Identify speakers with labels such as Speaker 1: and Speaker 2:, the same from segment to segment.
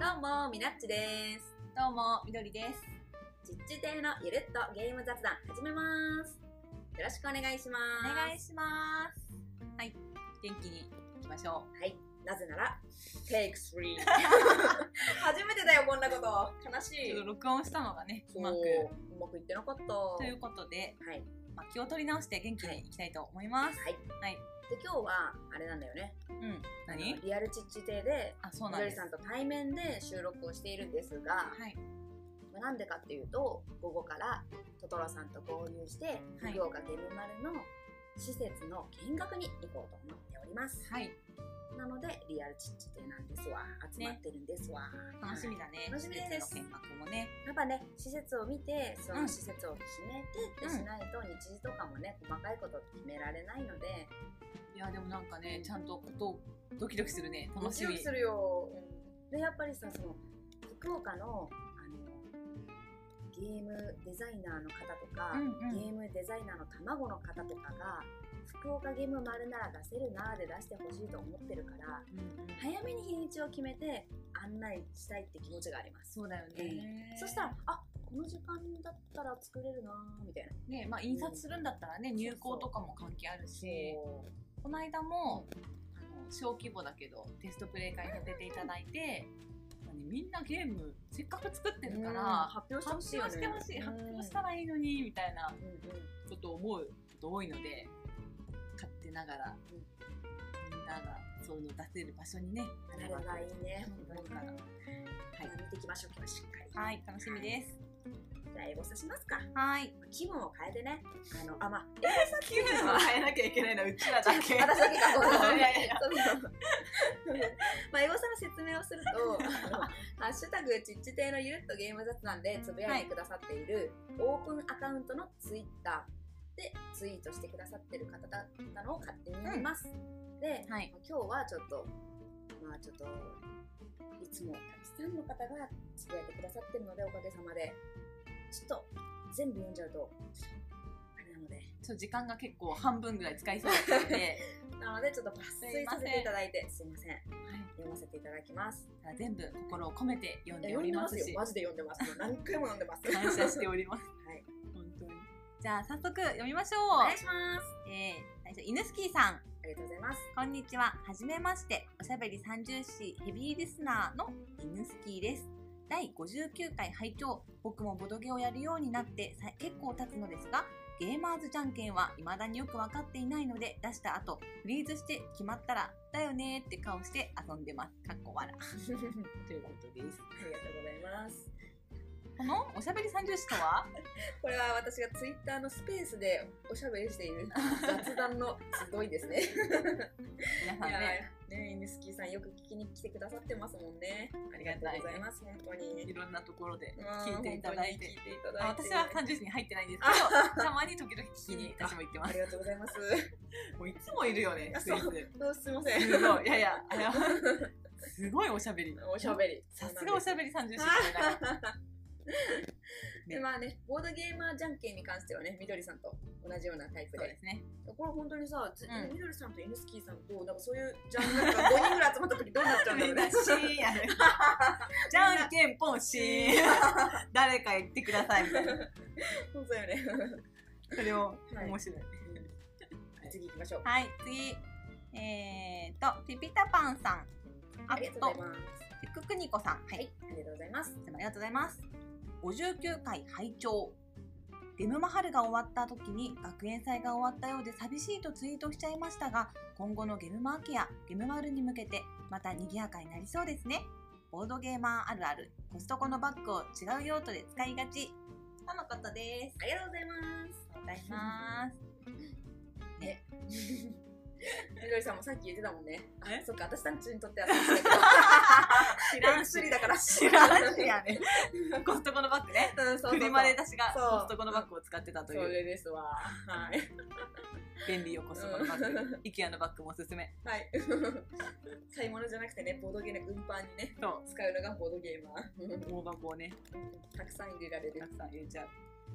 Speaker 1: やっちです。
Speaker 2: どうも、みどりです。
Speaker 1: ちっち亭のゆるっとゲーム雑談始めます。よろしくお願いしま
Speaker 2: お
Speaker 1: す。
Speaker 2: 願いします。はい、元気にいきましょ
Speaker 1: なぜなら、Take 3。初めてだよ、こんなこと。悲し
Speaker 2: う。
Speaker 1: い。
Speaker 2: 録音したのがね、うまく。
Speaker 1: そううまくいってなかった。
Speaker 2: という
Speaker 1: は
Speaker 2: ことで、
Speaker 1: い。
Speaker 2: まあ、気を取り直して元気にいきたいと思います。
Speaker 1: はい。
Speaker 2: はい。
Speaker 1: で、今日は、あれなんだよね。
Speaker 2: うん。何
Speaker 1: リアルちっち亭で、
Speaker 2: あ、そう
Speaker 1: み
Speaker 2: なん
Speaker 1: どり
Speaker 2: です。
Speaker 1: さ
Speaker 2: は
Speaker 1: んと対面で収録をしているんですが、
Speaker 2: い。
Speaker 1: まあなんでかっていうと午後からトトロさんと合流して
Speaker 2: はい
Speaker 1: 福岡ゲムマルの施設の見学に行こうと思っております、
Speaker 2: はい。
Speaker 1: なのでリアルチッチ亭なんですわ集まってるんですわ、
Speaker 2: 楽しみ
Speaker 1: はい
Speaker 2: だね。
Speaker 1: 楽しみです
Speaker 2: 季節の見学もね。
Speaker 1: やっぱね施設を見てそうの
Speaker 2: ん
Speaker 1: 施設を決めてってしないと日時とかもね細かいことって決められないので
Speaker 2: いや、でもなんかね、ちゃんとこと、ドキドキするね。楽し
Speaker 1: ドキ
Speaker 2: み。
Speaker 1: ドキするよ、でやっぱりさその福岡のあのゲームデザイナーの方とか、
Speaker 2: うんうん
Speaker 1: ゲームデザイナーの卵の方とかが福岡ゲーム丸なら出せるなーで出してほしいと思ってるから
Speaker 2: うんうん
Speaker 1: 早めに日にちを決めて案内したいって気持ちがあります、
Speaker 2: そうだよね。
Speaker 1: そしたらあこの時間だったら作れるなーみたいな
Speaker 2: ね、まあ、印刷するんだったらね、入稿とかも関係あるし。
Speaker 1: こう
Speaker 2: この間もあの小規模だけどテストプレイ会にさせていただいて、まあねみんなゲームせっかく作ってるか
Speaker 1: うん
Speaker 2: ら、
Speaker 1: 発表してほしい
Speaker 2: 発
Speaker 1: よね
Speaker 2: 表してほしい、
Speaker 1: うん
Speaker 2: 発表したらいいのにみたいな
Speaker 1: うんうん
Speaker 2: ちょっと思うこと多いので勝手ながら、みんながそういうの出せる場所にね
Speaker 1: あれがいいね
Speaker 2: 本当に
Speaker 1: はい
Speaker 2: い
Speaker 1: 見ていきましょう今日はしっかり
Speaker 2: はい楽しみです
Speaker 1: じゃあ英語さしますか
Speaker 2: はい
Speaker 1: 気分を変えてねあのあまあ
Speaker 2: 気分は変えなきゃいけないのはうちらだけ
Speaker 1: 私だけかごめん
Speaker 2: いやいや
Speaker 1: そうまあ、エゴさんの説明をすると、あのハッシュタグちっち亭のゆるっとゲーム雑談でつぶやいてくださっている、オープンアカウントのツイッターでツイートしてくださってる方だったのを勝手に見ます。で、
Speaker 2: はい
Speaker 1: 今日はちょっと、まあちょっと、いつもたくさんの方がつぶやいてくださってるので、おかげさまで、ちょっと全部読んじゃうと、あれなので、
Speaker 2: ちょっと時間が結構半分ぐらい使いそうだったので、 はい、
Speaker 1: なのでちょっと抜粋させていただいて、すいません、読ませていただきます。
Speaker 2: ただ全部心を込めて読ん
Speaker 1: いや
Speaker 2: で
Speaker 1: 読
Speaker 2: お
Speaker 1: ん
Speaker 2: り
Speaker 1: で
Speaker 2: ま
Speaker 1: ますすよ
Speaker 2: し。
Speaker 1: マジで読んでます。も う何回も読んでます。
Speaker 2: 感謝しております。
Speaker 1: はい。
Speaker 2: 本当に。じゃあ早速読みましょ
Speaker 1: お
Speaker 2: う。
Speaker 1: 願いします。
Speaker 2: えー最初犬スキーさん、
Speaker 1: ありがとうございます。
Speaker 2: こんにちは。はじめまして。おしゃべり三重士ヘビーリスナーの犬スキーです。第59回拝聴僕もボドゲをやるようになってさ結構経つのですが、ゲーマーズじゃんけんは未だによく分かっていないので、出した後、フリーズして決まったら、だよねーって顔して遊んでます。かっこ笑。
Speaker 1: ありがとうござ
Speaker 2: ということです。
Speaker 1: います。
Speaker 2: このおしゃべり三重士とは
Speaker 1: これは私がツイッターのスペースでおしゃべりしている雑談の集い ですね。
Speaker 2: 皆
Speaker 1: い
Speaker 2: さん
Speaker 1: や
Speaker 2: ね、
Speaker 1: ね、イヌスキーさんよく聞きに来てくださってますもんね。
Speaker 2: あ
Speaker 1: あ
Speaker 2: りがたい
Speaker 1: ござ
Speaker 2: ね
Speaker 1: い。ます。本当
Speaker 2: い
Speaker 1: に。
Speaker 2: ろんなところで
Speaker 1: うん
Speaker 2: 聞いていただい
Speaker 1: 本
Speaker 2: て
Speaker 1: 当。に聞いていただい
Speaker 2: あ
Speaker 1: て。
Speaker 2: 私は30時に入ってないんですけど、たまに時々聞きに私も行ってま
Speaker 1: あ
Speaker 2: す。
Speaker 1: りがとうございます。
Speaker 2: もういつもいるよね、
Speaker 1: あ
Speaker 2: スイ
Speaker 1: そう
Speaker 2: ーツ。
Speaker 1: どうすいますせん。
Speaker 2: ごい、いやいや、あれはすごいおしゃべり。
Speaker 1: おしゃべり。
Speaker 2: さすがおしゃべり30時だから。
Speaker 1: でまあね、ボードゲーマーじゃんけんに関してはね、みどりさんと同じようなタイプ
Speaker 2: そう
Speaker 1: で
Speaker 2: で、すね。
Speaker 1: これ本当にさ、ず
Speaker 2: うん
Speaker 1: みどりさんと犬スキーさんと、なんかそういうジャンルなんか5人ぐらい集まった時どうなっちゃうんだ
Speaker 2: み
Speaker 1: ろ
Speaker 2: ん
Speaker 1: う
Speaker 2: な
Speaker 1: ね。
Speaker 2: シ ーンやね。じゃんけんぽんシーン。誰か言ってくださいみたいな。
Speaker 1: そうだよ ね。
Speaker 2: それを
Speaker 1: はい
Speaker 2: 面白い。
Speaker 1: 次行きましょう。
Speaker 2: はい、次。えーと、ピピタパンさん。
Speaker 1: ありがとうございます。
Speaker 2: ピククニコさん。はい。
Speaker 1: ありがとうございます。
Speaker 2: いつもありがとうございます。59回拝聴ゲムマ春が終わった時に学園祭が終わったようで寂しいとツイートしちゃいましたが、今後のゲムマ秋やゲムマルに向けてまた賑やかになりそうですね。ボードゲーマーあるある、コストコのバッグを違う用途で使いがち。とのことです。
Speaker 1: ありがとうござい
Speaker 2: ありがとうござい ます。
Speaker 1: ます。 みどりさんもさっき言ってたもんね。あ
Speaker 2: え
Speaker 1: そっか、私たちにとってはそうだけど
Speaker 2: 知
Speaker 1: らんし
Speaker 2: だから知らんし やね。コストコのバッグね。
Speaker 1: うん、そうそうそう
Speaker 2: フリマで私が
Speaker 1: そう
Speaker 2: コストコのバッグを使ってたと
Speaker 1: そ
Speaker 2: いう
Speaker 1: れですわ。はい。
Speaker 2: 便利よコストコのバッ グ。IKEA のバッグもおすすめ。
Speaker 1: はい。 買い物じゃなくてね、ボードゲームの運搬にね、
Speaker 2: そう。
Speaker 1: 使うのがボードゲーマー。
Speaker 2: 大箱をね、
Speaker 1: たくさん入れられ
Speaker 2: た
Speaker 1: る。
Speaker 2: くさん入れちゃう。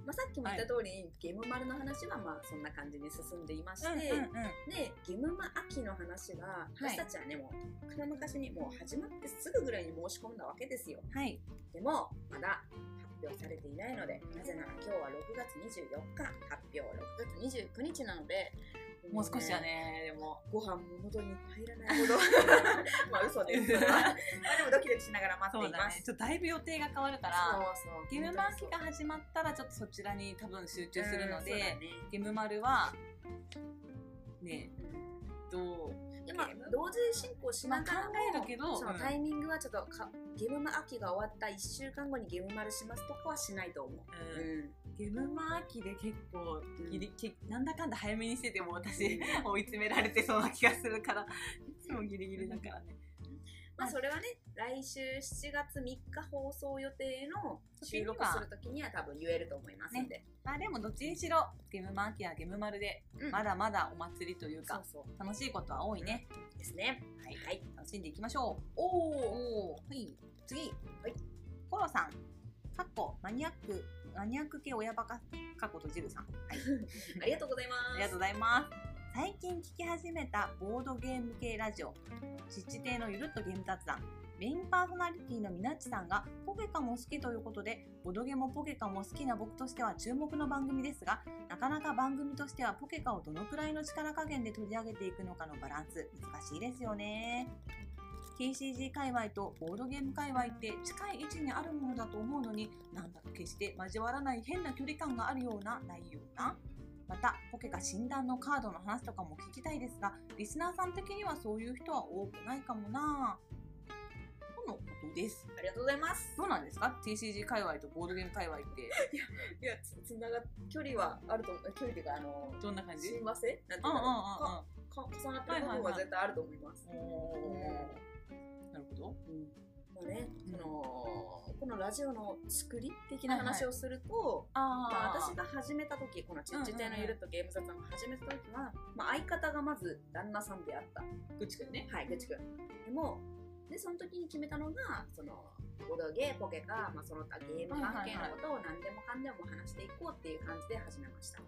Speaker 1: まあ、さっきも言った通りに、ゲムマルの話はまあそんな感じに進んでいまして、
Speaker 2: うんうんうん
Speaker 1: でゲムマ秋の話は私たちはね、もうとっくの昔にもう始まってすぐぐらいに申し込んだわけですよ
Speaker 2: はい
Speaker 1: でもまだ発表されていないのでなぜなら今日は6月24日発表6月29日なので
Speaker 2: もう少しだねでも
Speaker 1: ご飯も喉に入らないほ どまあ嘘ですそれはまあでもドキドキしながら待っ
Speaker 2: そ
Speaker 1: て
Speaker 2: う
Speaker 1: いま
Speaker 2: だ
Speaker 1: す
Speaker 2: ねちょっとだいぶ予定が変わるから
Speaker 1: そうそう
Speaker 2: ゲムマーキが始まったらちょっとそちらに多分集中するので、
Speaker 1: うんそうだね
Speaker 2: ゲムマルはねどう
Speaker 1: でまあ
Speaker 2: ゲーム
Speaker 1: 同時進行しながらも
Speaker 2: まあ考えるけど
Speaker 1: その
Speaker 2: うん
Speaker 1: タイミングはちょっとかゲームマ秋が終わった1週間後にゲームマルしますとかはしないと思う、うん
Speaker 2: ゲムマーキで結構
Speaker 1: ん
Speaker 2: ギリ、きなんだかんだ早めにしてても私 追い詰められてそうな気がするからいつもギリギリだからね
Speaker 1: まあそれはね来週7月3日放送予定の収録するときには多分言えると思いますんで、
Speaker 2: まあでもどっちにしろゲムマーキやゲムマルで
Speaker 1: うん
Speaker 2: まだまだお祭りという
Speaker 1: そう
Speaker 2: か、
Speaker 1: そう
Speaker 2: 楽しいことは多いね
Speaker 1: ですね
Speaker 2: はい
Speaker 1: はい
Speaker 2: 楽しんでいきましょうおおはい次
Speaker 1: はい
Speaker 2: コロさんかっこマニアックマニアック系親バカかっことジルさんはい
Speaker 1: ありがとうございま
Speaker 2: あ
Speaker 1: す
Speaker 2: りがとうございます。最近聞き始めたボードゲーム系ラジオ、湿地亭のゆるっとゲーム雑談。メインパーソナリティのみなっちさんがポケカも好きということで、ボドゲもポケカも好きな僕としては注目の番組ですが、なかなか番組としてはポケカをどのくらいの力加減で取り上げていくのかのバランス、難しいですよね。TCG 界隈とボードゲーム界隈って近い位置にあるものだと思うのに、なんだか決して交わらない変な距離感があるような、ないような。またポケカ診断のカードの話とかも聞きたいですがリスナーさん的にはそういう人は多くないかもなぁとのことです
Speaker 1: ありがとうございます
Speaker 2: どうなんですか TCG 界隈とボードゲーム界隈って
Speaker 1: いやつつなが距離はあると思う距離というかあの
Speaker 2: どんな感じ
Speaker 1: 親和性なんて
Speaker 2: う
Speaker 1: いう
Speaker 2: んうんん
Speaker 1: だ
Speaker 2: うん
Speaker 1: ろうかか重なってる部分は絶対あると思います、
Speaker 2: うんおーなるほど
Speaker 1: もうね、そのこのラジオの作り的な
Speaker 2: はい
Speaker 1: 話
Speaker 2: はい
Speaker 1: をすると、
Speaker 2: あ
Speaker 1: まあ、私
Speaker 2: 私が
Speaker 1: が始めた時この「ちっちゃいの
Speaker 2: うんうんうん
Speaker 1: ゆるっとゲーム雑談」を始めた時は、まあ、相方がまず旦那さんであった
Speaker 2: ぐちくんね
Speaker 1: はいぐちくんでもでその時に決めたのがそのボドゲポケか、まあ、その他ゲーム関係のことを何でもかんでも話していこうっていう感じで始めました、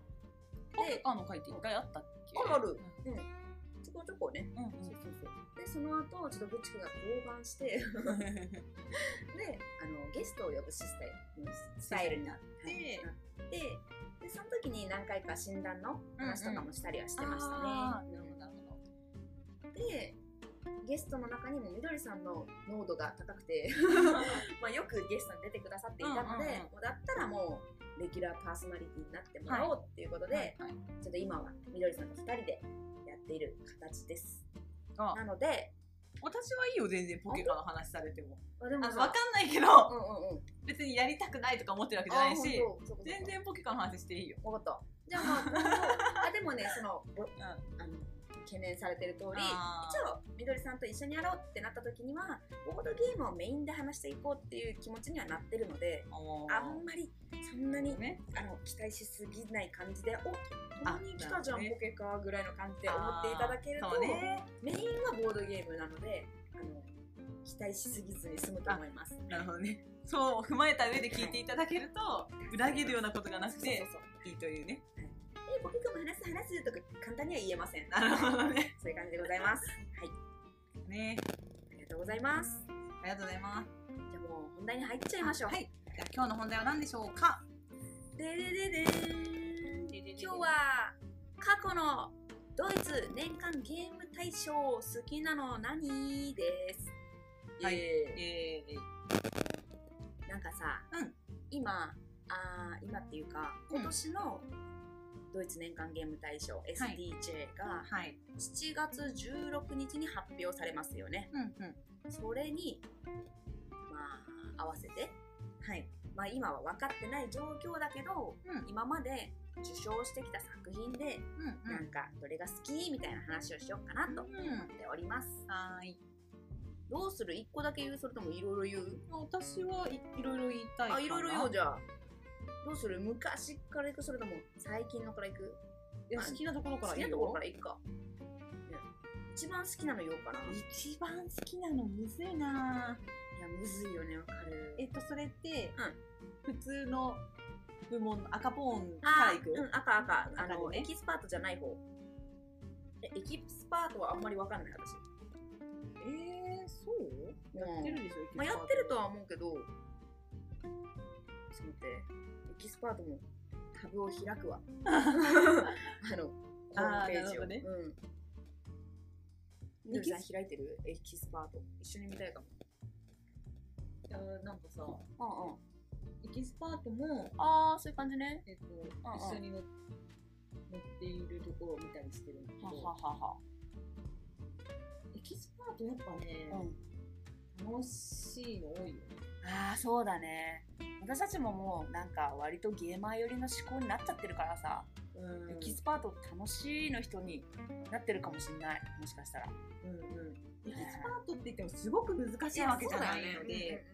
Speaker 2: ポケカの会って一回あったっけ
Speaker 1: あるうんちょこちょこね
Speaker 2: うんうん
Speaker 1: そうそうそうでその後ちょっとぐちくんが降板 してであのゲストを呼ぶシステムスタイルになって、
Speaker 2: はい
Speaker 1: なってでその時に何回か診断の話とかもしたりはしてました
Speaker 2: あー
Speaker 1: ね。
Speaker 2: なるほどなるほど
Speaker 1: でゲストの中にもみどりさんの濃度が高く てまあよくゲストに出てくださっていたので、
Speaker 2: うんうんうん
Speaker 1: もうだったらもうレギュラーパーソナリティになってもらおうっていうことで、
Speaker 2: はいはい
Speaker 1: ちょっと今はみどりさんと2人でやっている形です。
Speaker 2: あ
Speaker 1: なので
Speaker 2: 私はいいよ全然ポケカの話されても
Speaker 1: あで
Speaker 2: あ
Speaker 1: も
Speaker 2: のわかん
Speaker 1: さ
Speaker 2: ないけど
Speaker 1: うんうんうん
Speaker 2: 別にやりたくないとか思ってるわけじゃないし
Speaker 1: あほんとそうかそうか
Speaker 2: 全然ポケカの話していいよ。
Speaker 1: わかった。じゃあまあ、今後あでもね、その、ぼ
Speaker 2: ん
Speaker 1: あの、懸念されてる通り、
Speaker 2: あー
Speaker 1: 一応、みどりさんと一緒にやろうってなった時には、ボードゲームをメインで話していこうっていう気持ちにはなってるので、あんまり、そんなに、
Speaker 2: ね、
Speaker 1: あの、期待しすぎない感じで、お、
Speaker 2: あ
Speaker 1: 共に来たじゃん、
Speaker 2: なるほどね
Speaker 1: ポケカぐらいの感じで思っていただける
Speaker 2: あーそ
Speaker 1: と、
Speaker 2: うね
Speaker 1: メインはボードゲームなので、あの、期待しすぎずに済むと思います。
Speaker 2: なるほどねそう踏まえた上で聞いていただけると裏切るようなことがなくて
Speaker 1: そうそうそう
Speaker 2: いいというね
Speaker 1: え、ポケカも話す話すとか簡単には言えません。
Speaker 2: なるほどね
Speaker 1: そういう感じでございます。はい。
Speaker 2: ね
Speaker 1: ありがとうございます。じ
Speaker 2: ありがとうございます
Speaker 1: ゃあもう本題に入っちゃいましょう。
Speaker 2: はいじゃあ今日の本題は何でしょうか
Speaker 1: ででででーん今日は過去のドイツ年間ゲーム大賞好きなの何です。
Speaker 2: はい
Speaker 1: え
Speaker 2: えー、
Speaker 1: ーなんかさ、
Speaker 2: うん
Speaker 1: 今あー今っていうか
Speaker 2: うん
Speaker 1: 今年のドイツ年間ゲーム大賞 SDJ が
Speaker 2: はい
Speaker 1: 7月16日に発表されますよね。
Speaker 2: うんうん
Speaker 1: それにまあ合わせて
Speaker 2: はい
Speaker 1: まあ、今は分かってない状況だけど、
Speaker 2: うん
Speaker 1: 今まで受賞してきた作品で、
Speaker 2: うんう
Speaker 1: なんかどれが好きみたいな話をしようかなと思っております、
Speaker 2: んはーい
Speaker 1: どうする1個だけ言うそれともいろいろ言う
Speaker 2: 私はいいろいろ言いたい
Speaker 1: あいろいろ言おう
Speaker 2: じ
Speaker 1: じゃあどうする昔から行くそれとも最近のから行く
Speaker 2: ゃ好きなところか
Speaker 1: 好き
Speaker 2: らい
Speaker 1: ないところ
Speaker 2: よ
Speaker 1: から行くか、ね一番好きなの言おうかない
Speaker 2: 一番好きなのむずいなぁ
Speaker 1: やむずいよねわかる
Speaker 2: えっとそれって、普通の部門の赤ポーンか
Speaker 1: あ
Speaker 2: らい
Speaker 1: ー
Speaker 2: く
Speaker 1: うん、赤赤。あ
Speaker 2: 赤
Speaker 1: の、
Speaker 2: でね
Speaker 1: エキスパートじゃない方。え、エキスパートはあんまりわかんない、私。
Speaker 2: えー、そうやってるでしょ、
Speaker 1: まあ、やってるとは思うけど、ちょっと待って、エキスパートもタブを開 くわ。あの、ホームページ
Speaker 2: あーなるほど
Speaker 1: を。
Speaker 2: ね
Speaker 1: うん。みどりさん開いてるエキスパート。一緒に見たいかも。
Speaker 2: あーなんかさ
Speaker 1: うんうん。
Speaker 2: エキスパートも、
Speaker 1: ああ、そういう感じね。
Speaker 2: えっと
Speaker 1: ん
Speaker 2: 一緒に乗っ乗っているところを見たりしてるんだけど
Speaker 1: は
Speaker 2: エキスパートやっぱね、
Speaker 1: うん。
Speaker 2: 楽しいの多いよね
Speaker 1: ああ、そうだね。私たちももうなんか割とゲーマー寄りの思考になっちゃってるからさ、エキスパート楽しいの人になってるかもしんない。もしかしたら。
Speaker 2: うんうんエキスパートって言ってもすごく難しいわけじゃない
Speaker 1: う
Speaker 2: ので、
Speaker 1: んうん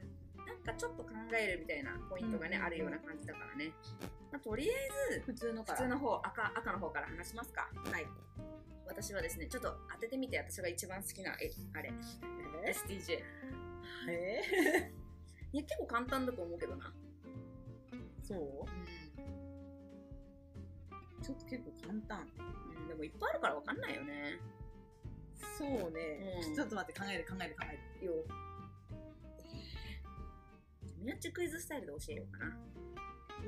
Speaker 1: うんなんかちょっと考えるみたいなポイントがね、
Speaker 2: うんうんうん
Speaker 1: あるような感じだからね、まあ、とりあえ
Speaker 2: 普通の
Speaker 1: ず
Speaker 2: か
Speaker 1: 普
Speaker 2: ら
Speaker 1: 通の方赤赤の方から話しますかはい私はですねちょっと当ててみて私が一番好きなえあれ SDJ
Speaker 2: え
Speaker 1: いや結構簡単だと思うけどな、
Speaker 2: ーそうちょっと結構簡単
Speaker 1: うん、でもいっぱいあるからわかんないよね
Speaker 2: そうね、
Speaker 1: うん
Speaker 2: ちょっと待って考える考える考える
Speaker 1: よミナッチクイズスタイルで教えようかな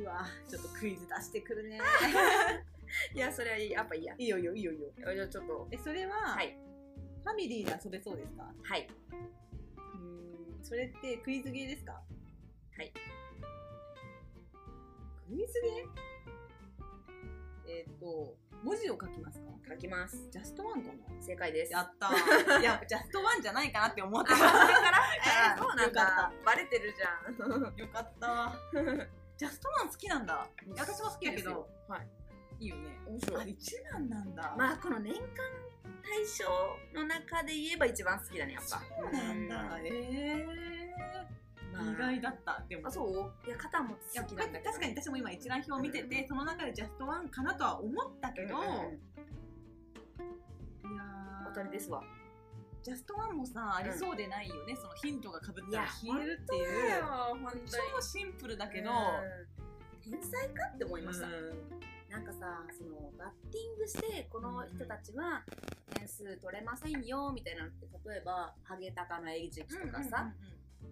Speaker 2: うわちょっとクイズ出してくるね
Speaker 1: いやそれはいいやっぱいいや
Speaker 2: いいよいいよいいよいいよ
Speaker 1: じゃあちょっと
Speaker 2: えそれは、
Speaker 1: はい
Speaker 2: ファミリーで遊べそうですか
Speaker 1: はい
Speaker 2: うんそれってクイズゲーですかはいクイズゲーえっ、と文字を書きますか
Speaker 1: 書きます
Speaker 2: ジャストワンかな
Speaker 1: 正解です
Speaker 2: やったー いやジャストワンじゃないかなって 思 ってた
Speaker 1: えーそうなん
Speaker 2: よか
Speaker 1: だ。バレてるじゃん。
Speaker 2: よかった ジャストワン好きなんだ私も好きだけど。
Speaker 1: はい。
Speaker 2: いいよね
Speaker 1: 面
Speaker 2: あ。一番なんだ、
Speaker 1: まあこの年間対象の中で言えば一番好きだねやっぱ。
Speaker 2: そうなんだえー
Speaker 1: まあ
Speaker 2: 意外だったでも
Speaker 1: あそう？いや肩も
Speaker 2: や
Speaker 1: 好
Speaker 2: っ
Speaker 1: き
Speaker 2: ぱ
Speaker 1: な
Speaker 2: り
Speaker 1: んだけど。
Speaker 2: 確かに私も今一覧表を見てて、
Speaker 1: うん
Speaker 2: その中でジャストワンかなとは思ったけ
Speaker 1: け
Speaker 2: ど、
Speaker 1: ど、
Speaker 2: いやー
Speaker 1: 当たりですわ。
Speaker 2: ジャストワンもさありそうでないよね、そのヒントがかぶったら消えるっていう
Speaker 1: 本当に。
Speaker 2: 超シンプルだけど、
Speaker 1: うん天才かって思いました。
Speaker 2: う
Speaker 1: なんかさそのバッティングしてこの人たちは点数取れませんよみたいなのって例えばハゲタカの餌食と
Speaker 2: ん
Speaker 1: かさ、